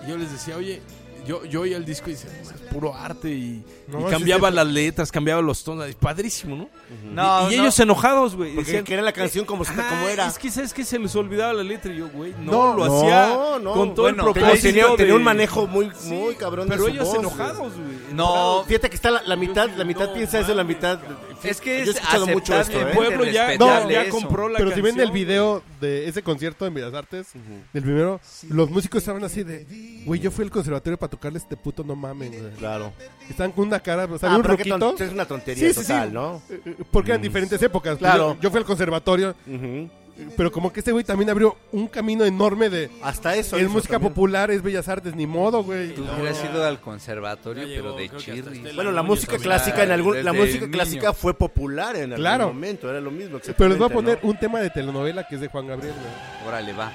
E: Y yo les decía, oye, yo, yo oía el disco y decía, "Es puro arte. Y,
D: No,
E: y
D: sí,
E: cambiaba
D: sí.
E: las letras, cambiaba los tonos. es Padrísimo, ¿no?
A: No,
E: y y
A: no.
E: ellos enojados, güey.
F: Porque
E: decían,
F: que era la canción como, se-
E: "Ah,
F: como era.
E: Es que sabes que se les olvidaba la letra. Y yo, güey, no,
F: No,
E: lo
F: no,
E: hacía
F: no.
E: con todo
A: Bueno,
E: el
A: pero
E: propósito.
F: tenía,
E: de-
F: tenía un manejo muy,
E: Sí,
F: muy cabrón de
E: Pero
F: su
E: ellos
F: voz, güey.
E: enojados, güey.
A: No,
F: Fíjate que está la, la mitad,
E: sí,
F: la mitad
E: no,
F: piensa eso, la mitad.
A: Es que
F: Yo
A: es
F: he escuchado mucho esto,
A: aceptable,
E: El
F: ¿eh?
E: pueblo ya,
A: No,
E: ya- ya
A: eso.
E: compró la
D: Pero si
E: canción.
D: ven el video de ese concierto en Bellas Artes, del primero, los músicos estaban así de, güey, yo fui al conservatorio para tocarle este puto, no mamen, güey.
F: Claro.
D: Estaban con una cara, o sea,
F: Ah,
D: un
F: pero qué
D: roquito.
F: ton- es una tontería total, ¿no?
D: Eh, eh, Porque eran diferentes épocas.
F: Claro.
D: Yo, yo fui al conservatorio,
F: Ujú.
D: eh, pero como que este güey también abrió un camino enorme de...
F: Hasta eso.
D: Es
F: hizo
D: música
F: también.
D: popular, es bellas artes, ni modo, güey.
A: Tú hubieras ido al conservatorio,
E: Ya
A: pero
E: llegó,
A: de
E: creo que hasta
A: chirri.
E: Estela.
F: Bueno, la
E: Muñoz
F: música
E: también.
F: clásica en algún, la
A: Desde
F: música
A: niño.
F: clásica fue popular en algún
D: Claro.
F: momento, era lo mismo.
D: Pero les voy a poner
F: exactamente,
D: un tema de telenovela que es de Juan Gabriel, güey.
A: Órale, va.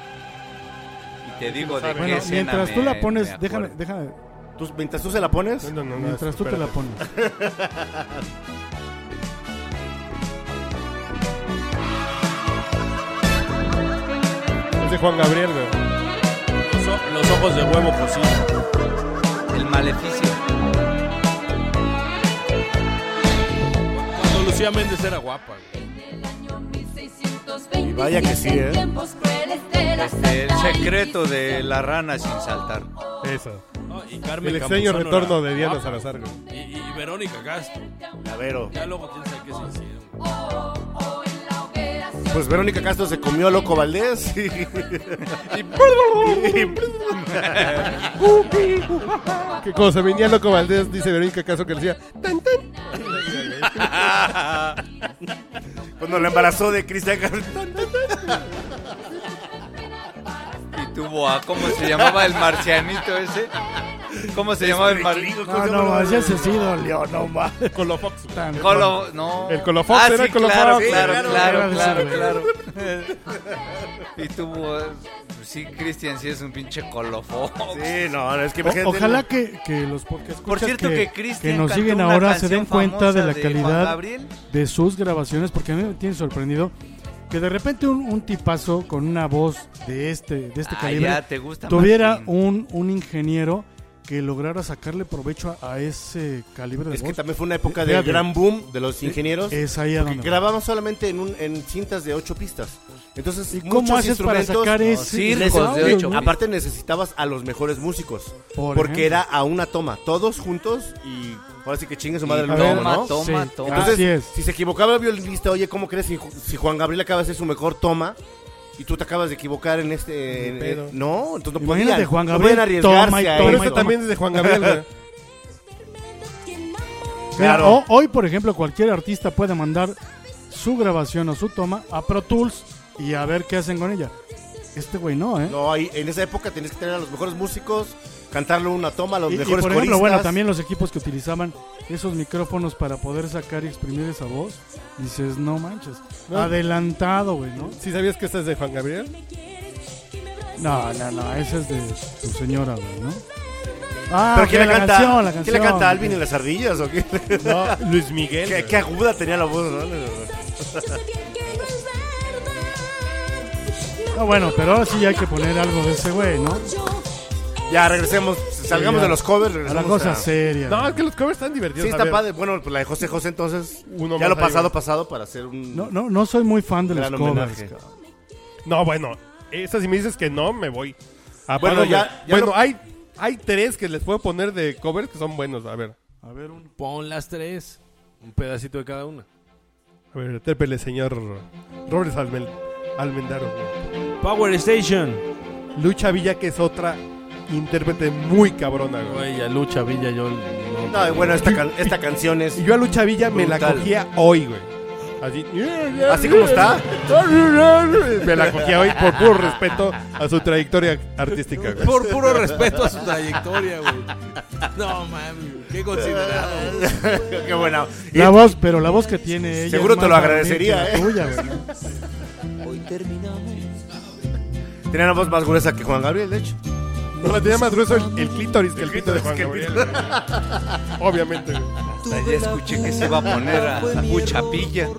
A: Y te digo de qué
C: Bueno,
A: escena
C: mientras tú
A: me-
C: la
A: me
C: pones,
A: acuerdo.
C: déjame, déjame,
F: ¿no? ¿Tú- mientras tú se la pones.
D: No, no, no,
C: mientras tú te la
D: espérate.
C: pones.
A: [laughs]
D: Es de Juan Gabriel, güey.
E: Los o- Los ojos de huevo posible.
A: El maleficio.
E: Cuando Lucía Méndez era guapa, güey.
F: Y vaya que sí, ¿eh?
A: Este, el secreto de la rana sin saltar.
D: Eso.
E: No, y Carmen
D: El extraño
E: Campuzano
D: retorno
E: era
D: de Diana
F: Ah,
E: guapa.
D: Salazar, güey.
E: Y, y Verónica Castro.
F: La Vero.
E: Ya luego quién sabe qué se hicieron.
F: Pues Verónica Castro se comió a Loco Valdés. [laughs] y-
D: Que cuando se venía Loco Valdés, dice Verónica Caso que le decía, tan, tan.
F: Oh Cuando la embarazó de Cristian Castro.
A: Y tuvo a, ¿cómo se llamaba el marcianito ese? ¿Cómo se llamaba el marcianito?
C: No, no, así ese sí dolió, no más.
D: Colofox.
C: Tan-
A: no.
D: El Colofox,
A: ah,
D: era
A: sí,
D: el Colofox.
A: Claro,
D: Sí,
A: claro, claro,
C: claro,
A: claro, claro. Y tuvo. eh, Sí, Cristian, sí es un pinche Colofox.
F: Sí, no, no, es que
C: O-
F: imagínate.
C: Ojalá que, que los podcasts
A: Por cierto que, Cristian
C: nos
A: cantó
C: siguen
A: una
C: ahora se
A: canción
C: den cuenta de
A: famosa
C: la
A: Juan
C: calidad
A: Gabriel.
C: de sus grabaciones, porque a mí me tiene sorprendido que de repente un, un tipazo con una voz de este, de este
A: Ah,
C: calibre
A: ya, te gusta
C: tuviera
A: Martín.
C: un, un ingeniero que lograra sacarle provecho a, a ese calibre de
F: Es
C: voz.
F: que también fue una época del
C: Fíjate.
F: gran boom de los ingenieros.
C: es ahí a
F: Que
C: donde
F: grababan solamente en, un, en cintas de ocho pistas. Entonces,
C: ¿Y cómo
F: muchos
C: haces para
F: instrumentos-
C: sacar ese
A: sí,
C: ese
A: lejos de
C: audio,
A: ocho.
C: güey?
F: Aparte necesitabas a los mejores músicos.
C: Por
F: porque
C: ejemplo.
F: era a una toma, todos juntos y ahora sí que chingue su madre
A: Y
F: el
C: A
F: lobo,
C: ver,
A: toma,
F: ¿no?
A: toma,
C: Sí.
A: toma.
F: Entonces,
C: Así es.
F: si se equivocaba el violinista, oye, ¿cómo crees si, Ju- si Juan Gabriel acaba de hacer su mejor toma y tú te acabas de equivocar en este... en-
D: Pero-
F: en- no, entonces no
C: Imagínate,
F: podían,
C: Juan
F: no
C: Gabriel,
F: podían arriesgarse
C: toma y toma
F: a
D: Pero
F: eso.
C: y
D: eso también es de Juan Gabriel,
F: [laughs]
D: güey.
H: Claro.
C: Mira,
F: Claro.
C: ho- hoy, por ejemplo, cualquier artista puede mandar su grabación o su toma a Pro Tools y a ver qué hacen con ella. Este güey no, ¿eh?
F: No, ahí- en esa época tenías que tener a los mejores músicos, cantarlo una toma, a los
C: Y, y, por
F: mejores
C: ejemplo,
F: coristas.
C: bueno, también los equipos que utilizaban esos micrófonos para poder sacar y exprimir esa voz, dices, no manches,
D: No.
C: adelantado, güey, ¿no?
D: ¿Sí sabías que esta es de Juan Gabriel?
C: No, no, no, esa es de tu señora, güey, ¿no? Ah,
F: ¿Pero quién
C: ok,
F: la canta?
C: canción, la canción.
F: ¿Quién la canta? ¿Alvin y las ardillas o qué? Ah,
D: No, Luis Miguel.
F: qué,
D: güey.
F: qué aguda tenía la voz, ¿no?
C: No, bueno, pero ahora sí ya hay que poner algo de ese güey, ¿no?
F: Ya, regresemos. Salgamos
C: ya.
F: de los covers.
C: A
F: regresemos
C: la cosa
F: a-
C: seria.
D: No, es que los covers están divertidos. a
F: Sí, está
D: ver.
F: padre. Bueno, pues la de José José, entonces.
D: Uno
F: ya
D: más
F: lo
D: ahí,
F: pasado,
D: güey.
F: pasado para hacer un
C: No, no, no soy muy fan de los
F: gran
C: covers.
F: homenaje.
D: No, bueno, esa si me dices que no, me voy.
F: Bueno,
D: Apago,
F: ya-
D: güey.
F: ya
D: bueno
F: lo-
D: hay, hay tres que les puedo poner de covers que son buenos. A ver,
C: A ver, un...
E: Pon las tres. Un pedacito de cada una.
D: a ver, tépele, señor Robles Almel- Almendaro. güey.
E: Power Station.
D: Lucha Villa, que es otra intérprete muy cabrona, güey.
E: Güey, ya lucha Villa, yo.
F: No, y bueno, esta, can- esta canción es.
D: Y yo a Lucha Villa me la
F: Brutal.
D: cogía hoy, güey. Así,
F: ¿Así como está?
D: Me la cogía hoy por puro respeto a su trayectoria artística. güey.
E: Por puro respeto a su trayectoria, güey. No, mami, qué considerado. güey.
F: [laughs] Qué buena. Y-
C: La voz, pero la voz que tiene ella.
F: Seguro
C: es
F: te
C: más
F: lo agradecería, ¿eh?
C: grande que la tuya, güey.
F: Tenía una voz más gruesa que Juan Gabriel, de hecho.
D: No, la tenía más grueso el, el clítoris que el pito de Juan Gabriel. güey. Obviamente. güey.
A: Hasta ya escuché que se iba a poner a, a Puchapilla.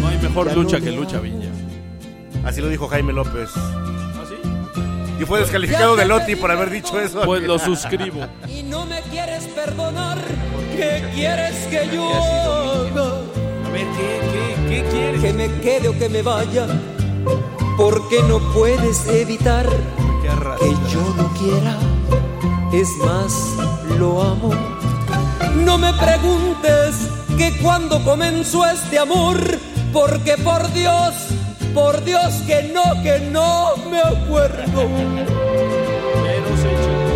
E: No hay mejor lucha que lucha Viña.
F: Así lo dijo Jaime López.
E: ¿Ah, sí?
F: Y fue descalificado de Loti por haber dicho eso.
E: Pues lo suscribo.
H: Y no me quieres perdonar, ¿qué quieres que yo haga?
A: A ver, ¿qué, qué, qué quieres?
H: Que me quede o que me vaya, porque no puedes evitar
A: ¿Qué
H: que
A: arrastra?
H: yo no quiera. Es más, lo amo. No me preguntes que cuando comenzó este amor, porque por Dios, por Dios que no, que no me acuerdo.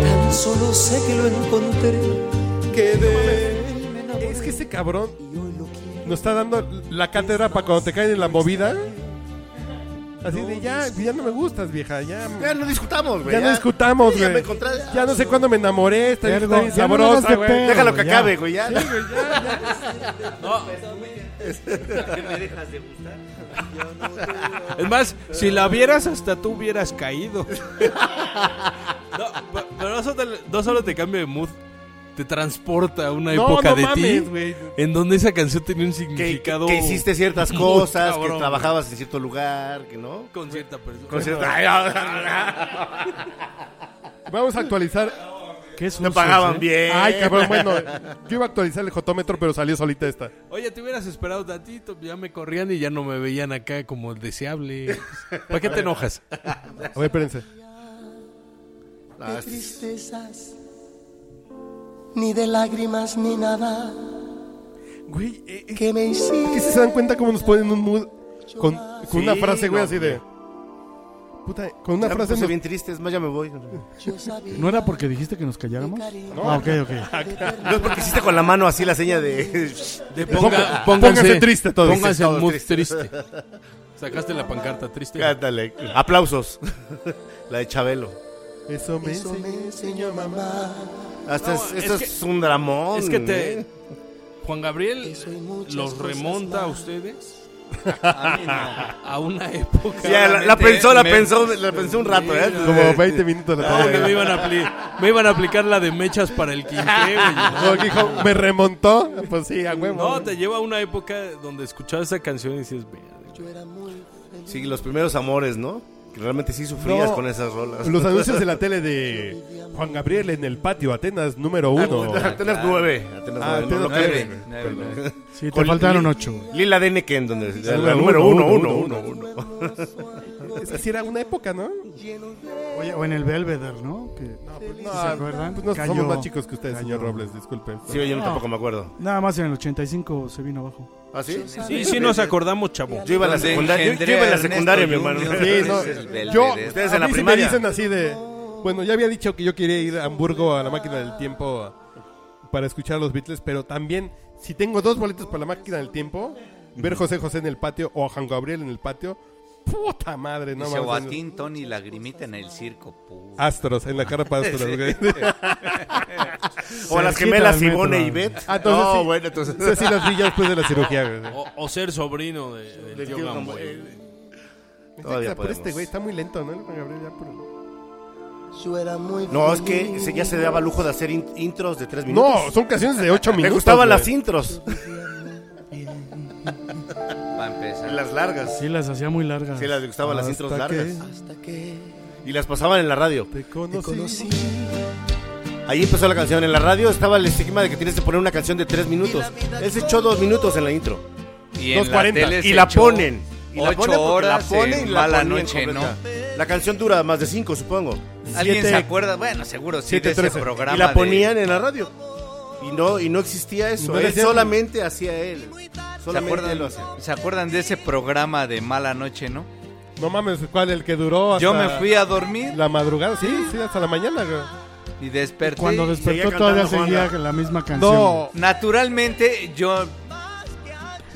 H: Tan solo sé que lo encontré, que de él me enamoré.
D: Es que este cabrón
H: Y hoy lo quiero.
D: nos está dando la cátedra para cuando te caen en la movida. Así de ya, ya no me gustas, vieja. Ya,
F: Ya no discutamos, güey.
D: ya no discutamos,
F: Ya me
D: güey.
F: encontré.
D: Ya no sé cuándo me enamoré. Está bien,
C: Ergo,
D: está bien
C: ya no me hagas
D: sabrosa,
C: de
D: güey.
C: pedo,
F: Déjalo que
C: ya.
F: acabe, güey. Ya.
E: Es más, si la vieras hasta tú hubieras caído. No, pe- pero no solo, te, no solo te cambia de mood, te transporta a una
D: No,
E: época
D: no
E: de ti
D: mames, güey.
E: en donde esa canción tenía un
F: Que,
E: significado
F: que hiciste ciertas
E: [laughs] Muy
F: cosas,
E: cabrón,
F: que trabajabas en cierto lugar, que no.
E: con cierta persona.
F: Con cierta- Ay, ah, ah,
D: Vamos a actualizar.
C: Qué
F: Te
C: sucios,
F: pagaban
C: ¿eh?
F: bien.
D: Ay, cabrón, bueno. Yo iba a actualizar el jotómetro, pero salió solita esta.
E: Oye, te hubieras esperado tantito, ya me corrían y ya no me veían acá como el deseable. ¿Para qué te enojas?
D: A ver, espérense.
F: Ah,
B: de
F: es-
B: tristezas, ni de lágrimas, ni nada
D: Güey, eh, eh,
B: que me
D: que
B: hiciste.
D: si se dan cuenta cómo nos ponen un mood con, con una
F: Sí,
D: frase, güey,
F: no,
D: así de. Puta, con una
F: ya me
D: frase.
F: puse
D: nos-
F: bien triste, es más, ya me voy.
B: Yo sabía
C: ¿No era porque dijiste que nos calláramos? Ah, ok,
F: [laughs]
C: ok.
F: No es porque hiciste con la mano así la seña de. [laughs]
E: De
D: ponga- pónganse triste todos.
E: Pónganse en
F: Todos
E: mood
F: tristes.
E: triste. [laughs] Sacaste la pancarta triste.
F: Cántale. Aplausos. [laughs] La de Chabelo.
D: Eso me
B: eso
D: enseñó.
B: me enseñó mamá.
F: Hasta
E: No,
F: es-
E: es
F: esto es,
E: que-
F: un dramón.
E: Es que
F: ¿eh?
E: te. Juan Gabriel
B: Eso y muchas
E: los
B: cosas
E: remonta a
B: más.
E: ustedes [laughs] a una época.
F: Sí, la, la pensó, la pensó, la pensó un rato, ¿eh?
D: Como 20 minutos la
E: Donde
D: tarde.
E: Ah, me iban, a [laughs] apli- me iban a aplicar la de mechas para el quinqué, [laughs] güey.
D: No, que dijo, me remontó. Pues sí, a huevo.
E: No, te lleva a una época donde escuchabas esa canción y dices, "Verga".
B: Yo era muy feliz.
F: Sí, los primeros amores, ¿no? Que realmente sí sufrías
D: No.
F: con esas rolas.
D: Los anuncios de la tele de Juan Gabriel en el patio, Atenas número uno.
F: [laughs] Atenas 9. Atenas
D: Ah,
F: 9. no,
D: Atenas
F: lo
D: nueve.
F: creen.
C: Sí, te
F: Con-
C: faltaron ocho, güey.
F: Lila Deneken, donde la,
D: número
F: número
D: uno,
F: 1,
D: uno,
F: 1, 1, 1.
D: Es así era una época, ¿no?
C: Oye, o en el Belvedere, ¿no? Que-
D: No,
C: ¿Se acuerdan?
D: Pues no,
C: Cayó.
D: somos más chicos que ustedes,
C: Cayó.
D: señor Robles, disculpen.
F: Sí, yo tampoco me acuerdo.
C: Nada más en el 85 se vino abajo.
F: ¿Ah, sí?
E: Sí, sí nos acordamos, chavo.
F: Yo iba a la secundaria, yo, yo iba a la secundaria, mi hermano.
D: Sí, no, yo,
F: Ustedes
D: a
F: en la
D: mí sí
F: primaria.
D: me dicen así de... Bueno, ya había dicho que yo quería ir a Hamburgo a la máquina del tiempo a- para escuchar a los Beatles, pero también, si tengo dos boletos para la máquina del tiempo, ver José José en el patio o a Juan Gabriel en el patio, puta madre, no
A: Dice
D: mames. Ah,
A: Joaquín, Tony, lagrimita en el circo. puta.
D: Astros, en la cara para astros, güey.
F: O
C: Cerquita
F: las gemelas
C: del metro,
F: Ivone y
C: güey.
F: Bet.
D: Ah, entonces
F: no,
D: sí.
F: bueno, entonces...
D: Eso sí las vi ya después de la cirugía, güey.
E: O, o ser sobrino de, del
F: Del
E: tío
F: tío
E: Gamboa.
F: Gamboa.
D: Me
F: Todavía
D: encanta, pero
F: podemos.
D: este güey está muy lento, ¿no? El Juan Gabriel ya por...
B: Yo era muy
F: No, es
B: feliz.
F: que se- ya se daba lujo de hacer in- intros de tres minutos.
D: No, son canciones de 8
F: me
D: minutos.
F: gustaban
D: güey.
F: las intros,
A: Va a empezar.
F: las largas.
C: Sí, las hacía muy largas.
F: Sí, las gustaban las intros
D: Hasta
F: largas.
B: Hasta que
F: Y las pasaban en la radio.
D: Te conocí.
B: conocí.
F: Ahí empezó la canción. En la radio estaba el estigma de que tienes que poner una canción de tres minutos. Él se echó dos minutos en la intro.
A: Y en la
F: 2.40.
A: tele se
F: y la
A: echó
F: ponen. Y la
A: ocho
F: ponen porque la
A: horas
F: ponen
A: en
F: y la
A: mala
F: ponían
A: noche,
F: completa.
A: ¿no?
F: La canción dura más de cinco, supongo.
A: ¿Alguien
D: Siete-
A: se acuerda? Bueno, seguro sí
D: siete
A: de ese
D: trece.
A: programa.
F: y la
A: de-
F: ponían en la radio. Y no, y no existía eso.
D: No le
F: él
D: hacían-
F: solamente hacía él.
A: ¿Se
F: Solamente él
A: acuerdan,
F: lo hacía.
A: ¿Se acuerdan de ese programa de Mala Noche, no?
D: No mames, ¿cuál? El que duró hasta
A: Yo me fui a dormir
D: la madrugada. Sí, sí, hasta la mañana, güey.
A: Y desperté.
C: Cuando
A: y-
C: despertó
F: seguía
C: todavía
F: cantando,
C: seguía
F: Juanga.
C: la misma canción.
D: No,
A: Naturalmente yo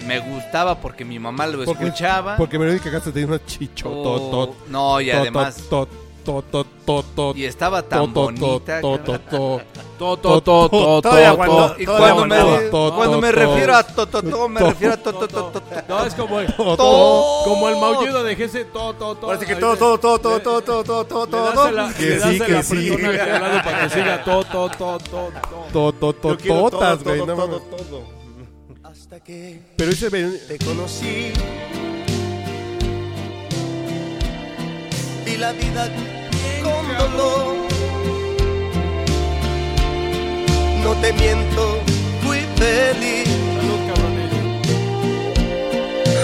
A: me gustaba porque mi mamá lo
D: porque,
A: escuchaba.
D: porque Verónica Castro tenía una chicho. tot, tot,
A: O- no, y
D: tot,
A: además
D: tot, tot, tot, tot, tot,
A: y estaba tan
D: tot, tot,
A: bonita.
D: tot,
A: cabrón.
D: tot, tot.
E: To, to, to, to,
F: Todavía
E: to,
F: aguantó,
E: to.
A: Y
F: Todo
A: cuando me,
F: aguantaba.
D: Todo,
A: cuando me
D: todo.
A: refiero a tototó, me refiero a tototó.
E: No, es como el,
A: To-
E: como el maullido de Jesse. To, to, to.
F: Parece que todo, todo, todo, todo, todo, todo, todo, todo,
E: Le das
F: todo.
E: el- le
F: Que
E: das
F: sí,
E: el
F: que sí.
E: apretón al teclado para que siga to, to, to, to, to.
D: tot, tot,
F: Yo quiero
D: totas,
F: todo,
D: güey,
F: todo,
D: no
F: todo,
D: mames.
F: todo.
B: hasta que
D: Pero ese Verónica-
B: te conocí. Vi la vida con dolor. No te miento, fui feliz.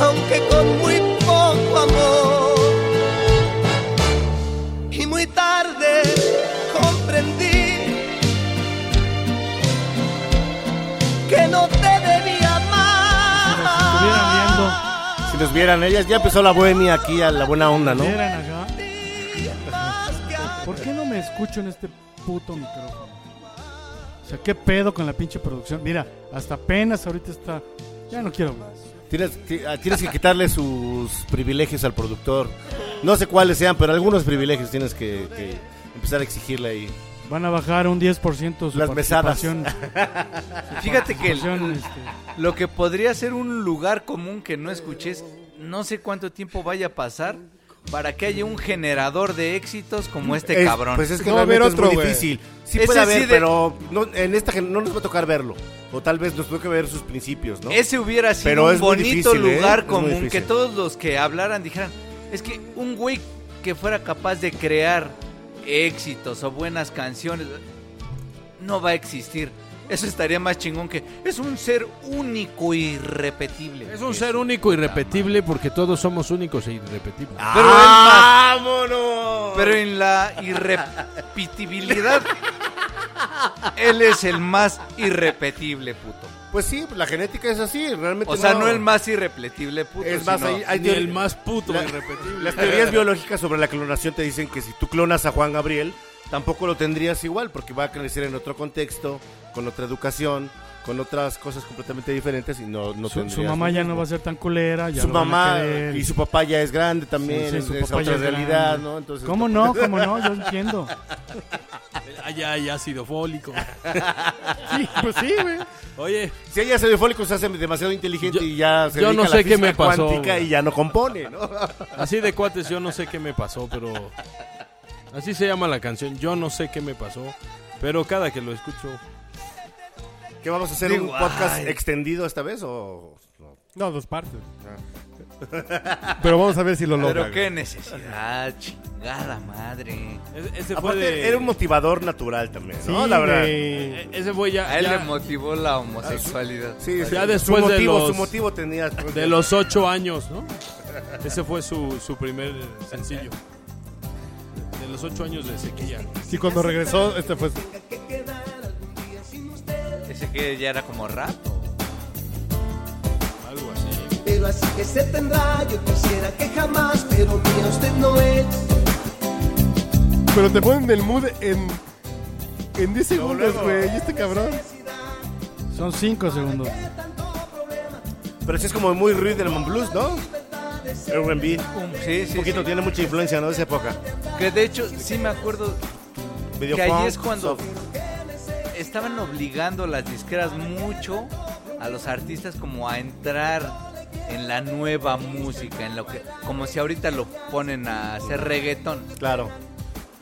B: Aunque con muy poco amor. Y muy tarde comprendí. que no te debía amar.
F: Si nos vieran ellas, ya empezó la bohemia aquí, a la buena onda, ¿no?
C: Vieran acá.
B: Más que a-
C: ¿Por qué no me escucho en este puto micrófono? O sea, qué pedo con la pinche producción. Mira, hasta apenas ahorita está. Ya no quiero más.
F: Tienes, ti- ah, tienes que quitarle sus privilegios al productor. No sé cuáles sean, pero algunos privilegios tienes que, que empezar a exigirle ahí.
C: Van a bajar un 10% su
F: Las mesadas.
C: participación.
F: [laughs]
A: Fíjate que el-
C: participación, este,
A: lo que podría ser un lugar común que no escuches, no sé cuánto tiempo vaya a pasar para que haya un generador de éxitos como este
F: Es-
A: cabrón.
F: Pues es que
D: No va a
F: realmente
D: haber
F: es
D: otro,
F: muy
D: güey.
F: difícil. Sí
A: Ese
F: puede haber,
A: sí de-
F: pero no, en esta gen- no nos va a tocar verlo. O tal vez nos toque ver sus principios, ¿no?
A: Ese hubiera sido
F: Pero
A: un
F: es muy
A: bonito
F: difícil, ¿eh?
A: lugar
F: Es muy
A: común
F: difícil.
A: que todos los que hablaran dijeran, es que un güey que fuera capaz de crear éxitos o buenas canciones no va a existir. Eso estaría más chingón que es un ser único y irrepetible.
E: Es un ser único y repetible porque todos somos únicos e irrepetibles.
F: Ah,
A: Pero es más-
F: ¡Vámonos!
A: Pero en la irrepetibilidad él es el más irrepetible, puto.
F: Pues sí, la genética es así, realmente.
A: O sea, no el más irrepetible, puto.
F: Es más,
A: sino-
F: ahí, hay
E: Ni
F: teor-
E: el más puto
F: La-
E: irrepetible.
F: Las teorías biológicas sobre la clonación te dicen que si tú clonas a Juan Gabriel, tampoco lo tendrías igual, porque va a crecer en otro contexto, con otra educación, con otras cosas completamente diferentes y no, no
C: su, su
F: tendrías
C: mamá
F: lo
C: ya
F: mismo.
C: no va a ser tan culera. Ya
F: su
C: lo van a
F: mamá
C: querer.
F: y su papá ya es grande también,
C: Sí, sí, su
F: es
C: papá ya
F: otra
C: es
F: realidad,
C: grande.
F: ¿no? Entonces,
C: ¿Cómo no? ¿Cómo no? Yo
F: [laughs]
C: entiendo.
E: Allá hay Ah, ácido fólico.
C: Sí, pues sí, güey.
E: Oye,
F: Si ella se fólico se hace demasiado inteligente
E: Yo-
F: y ya se
E: yo
F: dedica
E: no
F: a la
E: sé qué
F: física
E: me pasó,
F: cuántica
E: güey.
F: y ya
C: [laughs]
F: no compone, ¿no?
E: así de cuates, yo no sé qué me pasó, pero. Así se llama la canción. Yo no sé qué me pasó, pero cada que lo escucho.
F: ¿Qué vamos a hacer?
A: Qué
F: ¿Un
A: guay.
F: podcast extendido esta vez o...? no?
D: No, dos partes.
F: Ah.
D: Pero vamos a ver si lo logra.
A: Pero
D: güey.
A: qué necesidad, chingada madre.
E: E- Ese fue
F: Aparte,
E: de-
F: era un motivador natural también, ¿no?
D: Sí,
F: la verdad.
D: güey.
E: e- Ese fue ya.
A: A él
E: ya-
A: le motivó la homosexualidad.
F: Sí, sí.
E: Ya después
F: su
E: de
F: motivo,
E: los-
F: su motivo tenía
E: De los ocho años, ¿no? Ese fue su, su primer sencillo. De los ocho años de sequía.
D: Sí, cuando regresó, este fue. su-
A: Ese que ya era como rap.
E: Algo así.
B: Pero así que se tendrá, yo quisiera que jamás, pero mira, usted no es.
D: Pero te ponen el mood en. En 10 segundos,
F: luego.
D: güey. Y este cabrón.
C: Son 5 segundos.
F: Pero sí es como muy Rhythm and Blues, ¿no? R&B.
A: Un- Sí, sí,
F: Un poquito,
A: sí.
F: tiene mucha influencia, ¿no? De esa época.
A: Que de hecho, sí me acuerdo
F: Video
A: que ahí
F: funk,
A: es cuando
F: soft.
A: estaban obligando las disqueras mucho a los artistas como a entrar en la nueva música, en lo que como si ahorita lo ponen a hacer reggaetón.
F: Claro.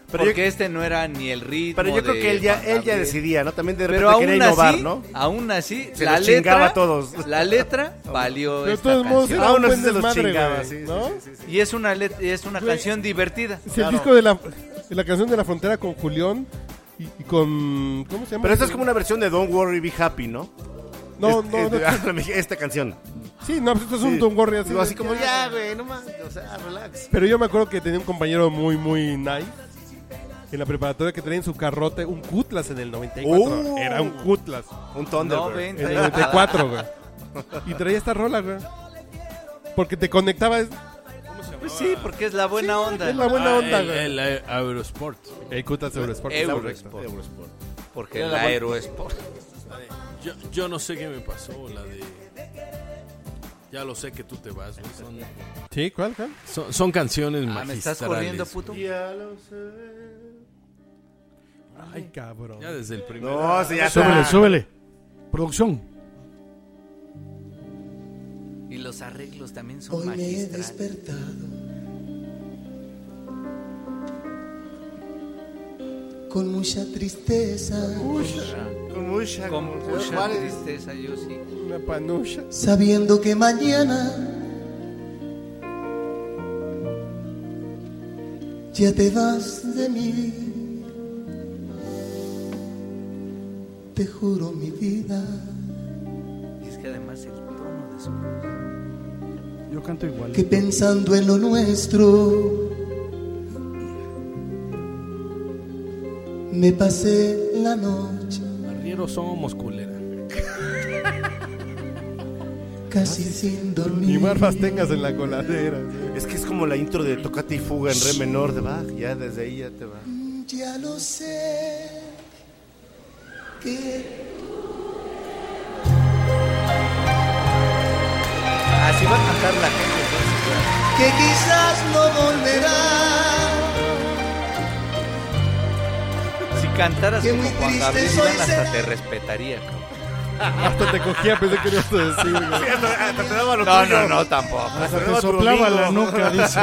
F: Pero yo,
A: porque este no era ni el ritmo.
F: pero yo creo
A: de
F: que él ya,
A: Juan
F: él ya
A: Gabriel.
F: decidía, ¿no? También de repente
A: Pero aún
F: quería innovar,
A: así,
F: ¿no?
A: aún así,
F: Se
A: la
F: los chingaba
A: letra,
F: a todos.
A: la letra valió
D: [laughs] De
A: esta
D: todos modos,
A: canción.
D: era un
F: Aún así
D: buen
F: Ah, se los
D: desmadre,
F: chingaba,
D: güey,
F: sí, sí,
D: ¿no?
A: Y es una let- es una canción divertida.
D: Si
F: Claro.
D: el disco de la, de la canción de la frontera con Julián y, y con. ¿Cómo se llama?
F: Pero esta es como una versión de Don't Worry, Be Happy, ¿no?
D: No,
F: Es-
D: no,
F: es-
D: no.
F: [laughs] Esta canción.
D: Sí, no, pues esto es un
F: Sí.
D: Don Gorri así.
F: Digo, así como,
D: de-
F: ya, güey, no más. O sea, relax.
D: Pero yo me acuerdo que tenía un compañero muy, muy nice. En la preparatoria que traía en su carrote un cutlas en el 94.
F: Uh.
D: Era un cutlas.
F: Un Thunderbird.
A: Noventa.
D: En el 94, güey. Y traía esta rola, güey. Porque te conectaba.
E: ¿Cómo se
A: Pues sí, porque es la buena onda.
D: Es la buena onda,
E: el,
D: güey.
E: el, eh, Eurosport.
D: El Cutas Eurosport. está
A: Eurosport.
D: correcto.
F: Eurosport.
A: Porque Ah, el aerosport.
E: Yo, yo no sé qué me pasó, la de... Ya lo sé que tú te vas, güey. Son,
D: Sí, ¿cuál, cuál?
E: son, son canciones
A: Ah,
E: magistrales.
A: me estás corriendo, puto.
D: Ay, cabrón.
E: Ya desde el primer...
F: No, si ya
C: Súbele,
F: está.
C: súbele. Producción.
A: Y los arreglos también son
B: Hoy me he
A: magistrales.
B: despertado con mucha tristeza.
F: Con mucha,
A: Con
F: con-
A: mucha
F: ¿cuál es?
A: tristeza, yo sí.
D: Una panucha.
B: sabiendo que mañana ya te vas de mí. Te juro mi vida,
A: Y es que además el tono de su
C: Yo canto
F: [laughs]
C: igual.
B: que pensando en lo nuestro, me pasé la noche
E: Arrieros somos culera.
B: casi sin dormir.
D: Ni barbas tengas en la coladera.
F: Es que es como la intro de Tocate y Fuga en re menor de Bach. Ya desde ahí ya te va.
B: Ya lo sé que
A: Así Ah, va a cantar la gente. entonces,
B: que quizás no volverá,
A: güey. Si cantaras
B: Qué
A: como
B: muy
A: Juan
B: triste
A: Gabriel,
B: soy,
A: Iván, hasta
B: será.
A: te respetaría, cabrón.
D: Hasta te cogía, pensé que ibas a decir. güey.
A: Ah,
F: Hasta, te daba lo
A: No, no, no, tampoco.
C: Hasta te soplaba la nuca, dice.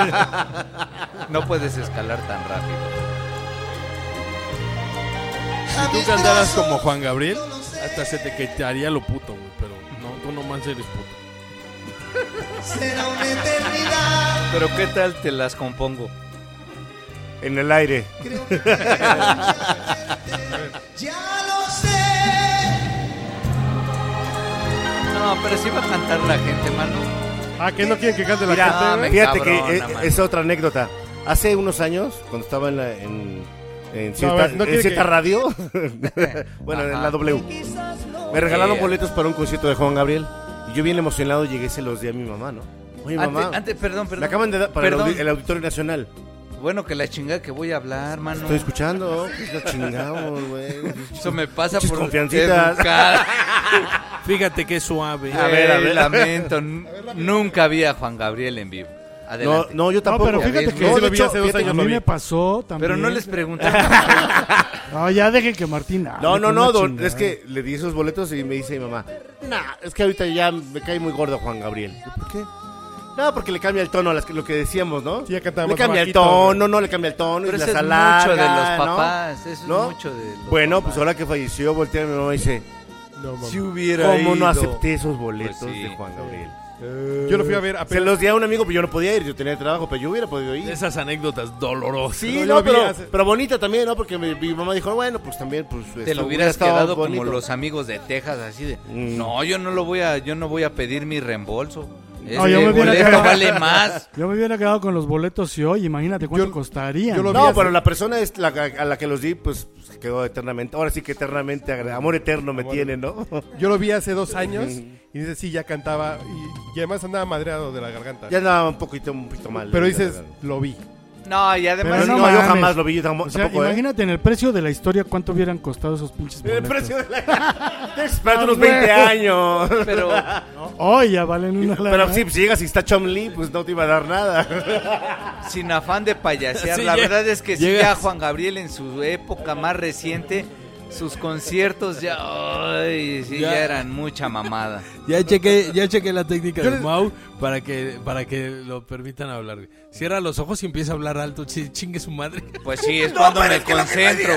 A: No puedes escalar tan rápido.
B: a
E: Tú
B: mis
E: cantaras
B: brazos.
E: como Juan Gabriel, hasta se te quitaría lo puto, güey. Pero no, tú nomás eres puto.
B: Será una eternidad.
A: Pero ¿qué tal te las compongo?
F: En el aire.
B: Creo que ya lo sé.
A: No, pero sí va a cantar la gente, mano.
D: Ah, que no quieren que cante la
A: Mira,
D: gente,
A: me
D: güey?
F: Fíjate que
A: encabrona,
F: eh,
A: mano.
F: es otra anécdota. Hace unos años, cuando estaba en, la, en, en cierta,
D: a ver, no
F: en
D: quiere
F: cierta
D: que-
F: radio,
A: [laughs]
F: bueno, en
A: Ajá.
F: la W, me regalaron
A: Eh.
F: boletos para un concierto de Juan Gabriel. Y yo bien emocionado llegué y se los di a mi mamá, ¿no? Oye, mamá,
A: Antes, antes, perdón, perdón.
F: me acaban de dar para el,
A: Perdón.
F: audi- el Auditorio Nacional.
A: Bueno, que la chingada que voy a hablar, mano.
F: Estoy escuchando, pues lo chingamos, güey.
A: Eso me pasa
F: Pinches
A: por
F: confiancitas.
A: educada.
E: Fíjate qué suave.
F: [laughs] A ver, a
A: Ey,
F: ver.
A: Eh,
F: [laughs]
A: Lamento, n- nunca vi a Juan Gabriel en vivo.
F: No,
A: Adelante.
F: no, yo tampoco.
C: pero fíjate
F: No,
C: que
F: de
C: sí lo
D: vi
F: hecho,
D: hace dos
F: fíjate-
C: A
D: años.
C: mí me pasó también.
A: Pero no les
F: [laughs]
A: preguntaron.
C: No, ya dejen que Martín. hable,
F: No, no,
C: con
F: no,
C: una
F: don-
C: chingada.
F: es que le di esos boletos y me dice mi mamá, nah, es que ahorita ya me cae muy gordo Juan Gabriel. Yo, ¿Por qué? No, porque le cambia el tono a las que- lo que decíamos, ¿no?
D: Sí, ya cantaba
F: le
D: más
F: cambia el
D: bajito,
F: tono, no le cambia el tono,
A: Pero
F: y
A: eso
F: las
A: es
F: alarga,
A: mucho de los
F: ¿no?
A: papás. Eso
F: ¿No?
A: es mucho de los
F: Bueno,
A: papás.
F: pues ahora que falleció, volteé a mi mamá y dice,
D: No, mamá.
A: Si hubiera
F: ¿cómo no
A: ido?
F: acepté esos boletos
A: Pues sí.
F: de Juan Gabriel?
D: Yo lo fui a ver
F: Se
D: apenas.
F: los di a un amigo, pero yo no podía ir, yo tenía trabajo, pero yo hubiera podido ir.
E: Esas anécdotas dolorosas.
F: Sí,
D: Pero yo
F: no,
D: vi
F: pero,
D: hace-
F: pero bonita también, ¿no? Porque mi, mi mamá dijo, bueno, pues también, pues...
A: te
F: esto
A: lo
F: hubiera
A: hubieras
F: estado
A: quedado
F: bonito".
A: como los amigos de Texas así de
F: Mm.
A: no yo no lo voy a yo no voy a pedir mi reembolso
C: No,
A: Este
C: yo me hubiera
A: boleto
C: quedado-
A: vale más
C: Yo me hubiera quedado con los boletos y hoy, imagínate cuánto
D: Yo-
C: costaría.
D: yo lo vi
F: No,
D: hace-
F: pero la persona es la, a la que los di, pues se quedó eternamente. Ahora sí que eternamente, agra- amor eterno me tiene, ¿no?
D: Yo lo vi hace dos años y dice, sí, ya cantaba y, y además andaba madreado de la garganta.
F: [laughs] ya andaba un poquito, un poquito mal.
D: pero
F: Ya,
D: dices,
F: la verdad.
D: lo vi.
A: no y además
C: Pero
F: no,
C: no
F: yo [laughs]
C: mames.
F: jamás lo vi, yo tampoco.
C: O sea,
F: tampoco, ¿eh?
C: imagínate en el precio de la historia cuánto hubieran costado esos pinches
F: [laughs] El
C: boletos.
F: precio de [laughs] la- Ah, Te esperando unos 20 [laughs] años.
A: pero
C: Hoy ya valen una lana.
F: Pero sí, si llegas y está Chom Lee, pues no te iba a dar nada.
A: sin afán de
F: [laughs]
A: payasear
E: Sí,
A: la
E: lle-
A: verdad es que si
E: llegas.
A: ya Juan Gabriel en su época más reciente sus conciertos ya, ay, sí,
E: Ya.
A: ya eran mucha mamada
E: Ya chequé, ya chequé la técnica
D: Yo
E: de
D: les-
E: Mau para que, para que lo permitan hablar. Cierra los ojos y empieza a hablar alto. Ch- Chingue su madre.
A: pues sí
F: [laughs]
A: es cuando me concentro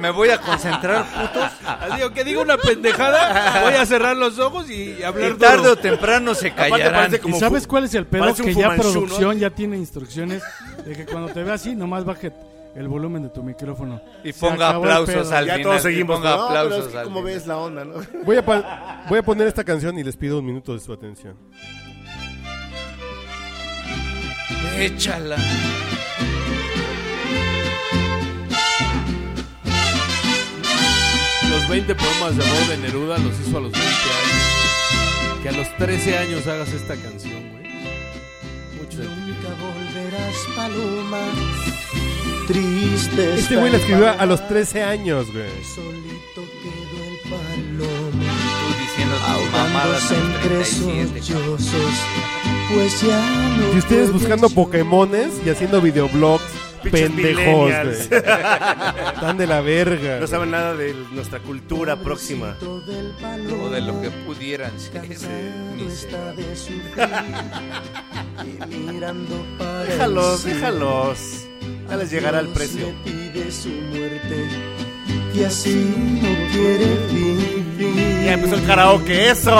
A: me voy a
F: [laughs]
A: concentrar putos
E: Así, aunque diga una pendejada, voy a cerrar los ojos y hablar
A: y tarde
E: duro.
A: o temprano se
F: Aparte
A: callarán
F: parece
C: ¿Y
F: como
C: sabes
F: fu-
C: cuál es el pedo?
F: parece un
C: Que ya
F: Fumanchu, ¿no?
C: producción ya tiene instrucciones de que cuando te ve así, nomás baje el volumen de tu micrófono.
A: y
C: Se
A: ponga
C: acabó el
A: aplausos
C: pedo.
A: al
F: Ya
A: final
F: todos
A: y
F: seguimos.
A: ponga
F: No, pero
A: aplausos
F: es que
A: al
F: como
A: final.
F: ves la onda, ¿no?
D: Voy a, pa- voy a poner esta canción y les pido un minuto de su atención.
F: eh,
A: Échala.
E: Los 20 poemas de Mau de Neruda los hizo a los 20 años. Que a los 13 años hagas esta canción, güey. Muchos
B: Nunca volverás, paloma. Triste.
D: Este güey la escribió a los 13 años, güey.
B: Solito quedó el paloma.
A: Tú diciendo tus mamadas
B: Ahogándose
A: a
B: entre
A: los 37. cabrón.
B: sollozos. Pues ya no.
D: Y ustedes buscando
B: puedes
D: Pokémones y haciendo videoblogs
F: Pinches
D: pendejos,
F: millennials.
D: güey. Están de la verga.
F: No
D: güey.
F: saben nada de nuestra cultura próxima.
B: Pobrecito del paloma.
A: O de lo que pudieran ser.
B: Cansado
A: Ni sé.
B: está de sufrir. y mirando para el
F: Déjalos,
B: cielo,
F: déjalos. Ya les llegará el
B: Dios le
F: precio.
B: pide su muerte. Y así no quiere vivir.
F: Ya empezó el karaoke, eso.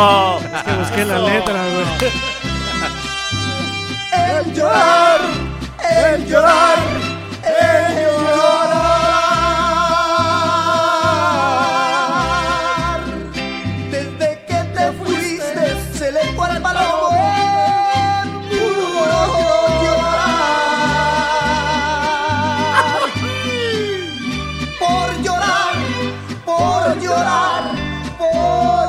C: Que busqué la letra, güey.
B: El llorar, el llorar, el llorar. Desde que te fuiste se le fue al palo. Por llorar, por llorar, por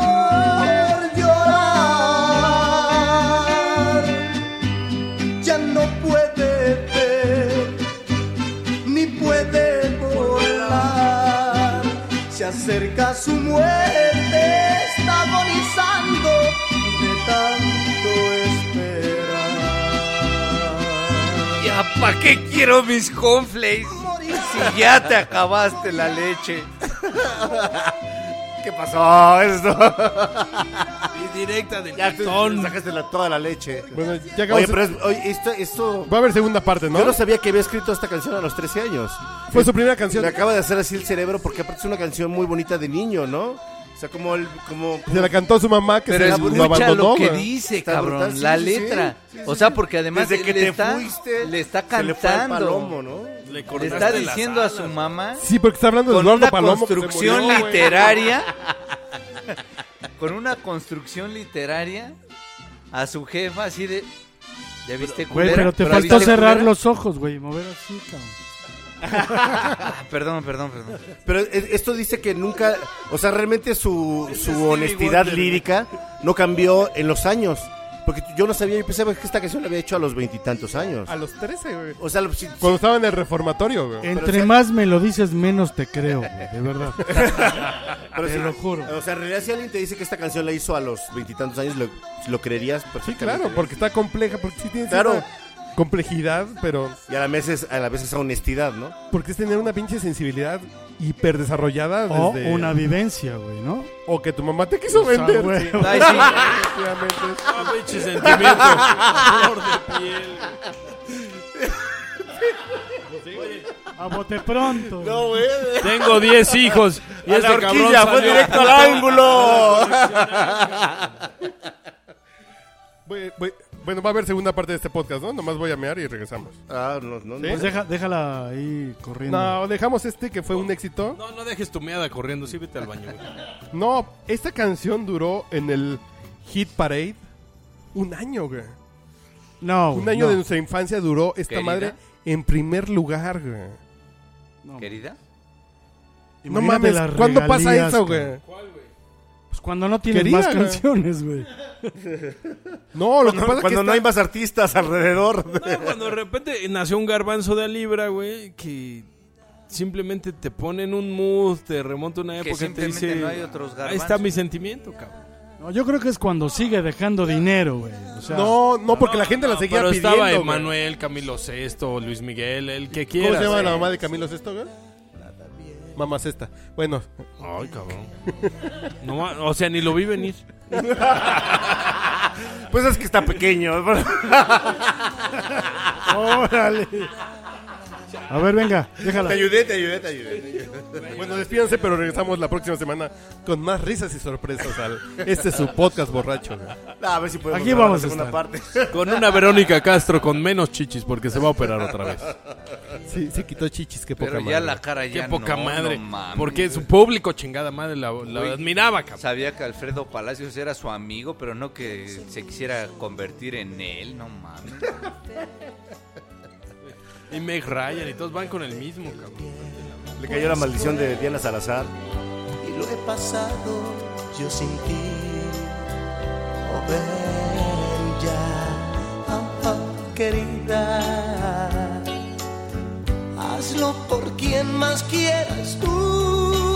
B: llorar ya no puede ver ni puede volar. Se acerca su muerte, está agonizando de tanto esperar.
A: Ya, ¿para qué quiero mis conflays? Si ya te acabaste la leche.
F: ¿Qué pasó? Eso.
A: Y directa del
F: Ya te
A: cartón.
F: sacaste la- toda la leche.
D: Bueno, ya acabamos.
F: Oye, pero es- oye, esto, esto-
D: Va a haber segunda parte, ¿no?
F: Yo no sabía que había escrito esta canción a los 13 años.
D: Fue su primera canción.
F: Me acaba de hacer así el cerebro porque aparte es una canción muy bonita de niño, ¿no? O sea, como el... Como,
D: Se la cantó su mamá que
A: Pero
D: se la- lo
A: escucha
D: abandonó,
A: lo que
D: güey.
A: dice,
F: Está
A: cabrón.
F: brutal, sí,
A: la
F: sí,
A: letra.
F: sí, sí,
A: o sea, porque además
F: desde que
A: le,
F: te
A: está,
F: fuiste,
A: le está
F: se le fue al
A: cantando.
F: palomo, ¿no?
E: Le,
A: Le
E: cortaste
A: está
E: las
A: diciendo a
E: alas.
A: su mamá
D: Sí, porque está hablando de
A: con
D: Eduardo
A: una
D: Palomo. que se
A: construcción
D: murió, güey.
A: literaria. [laughs] con una construcción literaria a su jefa así de. ¿Ya viste
C: Güey,
A: culera?
C: pero te
A: ¿Ya
C: faltó
A: viste
C: cerrar
A: culera?
C: los ojos, güey, y mover así, cabrón.
A: Ah, perdón, perdón, perdón.
F: Pero e- esto dice que nunca, o sea, realmente su, su honestidad lírica no cambió en los años. Porque yo no sabía, yo pensaba que esta canción la había hecho a los veintitantos años.
D: A los 13, güey.
F: O sea, si-
D: Cuando estaba en el reformatorio,
A: Eh,
D: güey.
C: Entre más me lo dices, menos te creo, güey, de
F: [laughs]
C: verdad.
F: pero
C: te
F: si-
C: lo juro.
F: O sea, en realidad si alguien te dice que esta canción la hizo a los veintitantos años, lo, lo creerías
D: Sí,
F: perfectamente.
D: claro, porque está compleja, porque sí tiene
F: Claro.
D: cierta complejidad, pero
F: Y a la vez es, a la vez esa honestidad, ¿no?
D: porque es tener una pinche sensibilidad hiperdesarrollada
C: O
D: desde...
C: una vivencia, güey, ¿no?
D: Oh. o que tu mamá te quiso
C: O sea,
D: vender.
C: güey,
D: sí.
A: Ay, sí.
D: Efectivamente.
E: Ah, pinche sentimiento. Flor de piel.
C: A bote pronto. güey.
E: Tengo 10 hijos. Y
F: A
E: este
F: la
E: cabrón
F: horquilla, fue
E: salió-
F: directo al ángulo.
D: Voy- voy- Bueno, va a haber segunda parte de este podcast, ¿no? Nomás voy a mear y regresamos.
F: Ah, no, no, no.
C: Pues deja, déjala ahí corriendo.
D: No, dejamos este que fue un éxito.
E: No, no dejes tu meada corriendo, sí vete al baño. güey.
D: No, esta canción duró en el Hit Parade un año, güey.
F: Oh,
C: no
D: Un
C: güey,
D: año
C: no.
D: de nuestra infancia duró esta
A: Querida.
D: madre en primer lugar, güey.
C: No.
A: Querida.
D: No
C: Imagínate
D: mames,
C: las
D: ¿cuándo pasa
C: regalías,
D: eso,
C: cabrón.
D: güey?
C: Pues cuando no tienes
D: Querida,
C: más
D: güey.
C: canciones, güey.
D: No, lo que pasa
F: Cuando,
D: es que
F: cuando no
D: esta-
F: hay más artistas alrededor.
E: No, cuando de repente nació un garbanzo de a libra, güey, que simplemente te pone en un mood, te remonta a una época y te
A: simplemente
E: dice,
A: no hay otros
E: ahí está
A: garbanzos".
E: mi sentimiento, cabrón.
C: No, yo creo que es cuando sigue dejando dinero, güey. O sea,
D: [laughs] No, no, porque la gente la
E: No,
D: seguía
E: pero
D: pidiendo.
E: estaba
D: güey.
E: Emanuel, Camilo VI, Luis Miguel, el que quiera.
D: ¿Cómo se llama la
E: eh.
D: mamá de Camilo Sesto, güey? Mamá Cesta. Bueno,
E: Ay, cabrón. No ma- o sea, ni lo vi venir.
F: Pues es que está pequeño. [laughs]
C: A ver, venga, déjala.
F: ayudé, te ayudé, te ayudé.
D: [laughs] bueno, despídanse, pero regresamos la próxima semana con más risas y sorpresas al este es su podcast borracho. güey.
F: No, Ah, a ver si podemos
C: Aquí
F: grabar
C: vamos
F: la
C: a
F: segunda
C: estar.
F: parte. [laughs]
E: Con una Verónica Castro con menos chichis porque se va a operar otra
A: [laughs]
E: vez.
D: Sí, sí quitó chichis, qué poca
A: Pero
D: madre.
A: ya la cara
E: Qué
A: ya
E: poca
A: no,
E: madre.
A: no mames.
E: porque su público, chingada madre, la, la
A: Güey.
E: admiraba, cabrón.
A: Sabía que Alfredo Palacios era su amigo, pero no que se quisiera convertir en él, no mames.
E: Y Meg Ryan y todos van con el mismo, cabrón.
F: Le cayó la maldición de Diana Salazar.
B: y lo he pasado yo sin ti. Oh, ven ya, ah, ah, querida. Hazlo por quien más quieras tú. Oh, Oh, eh. eh,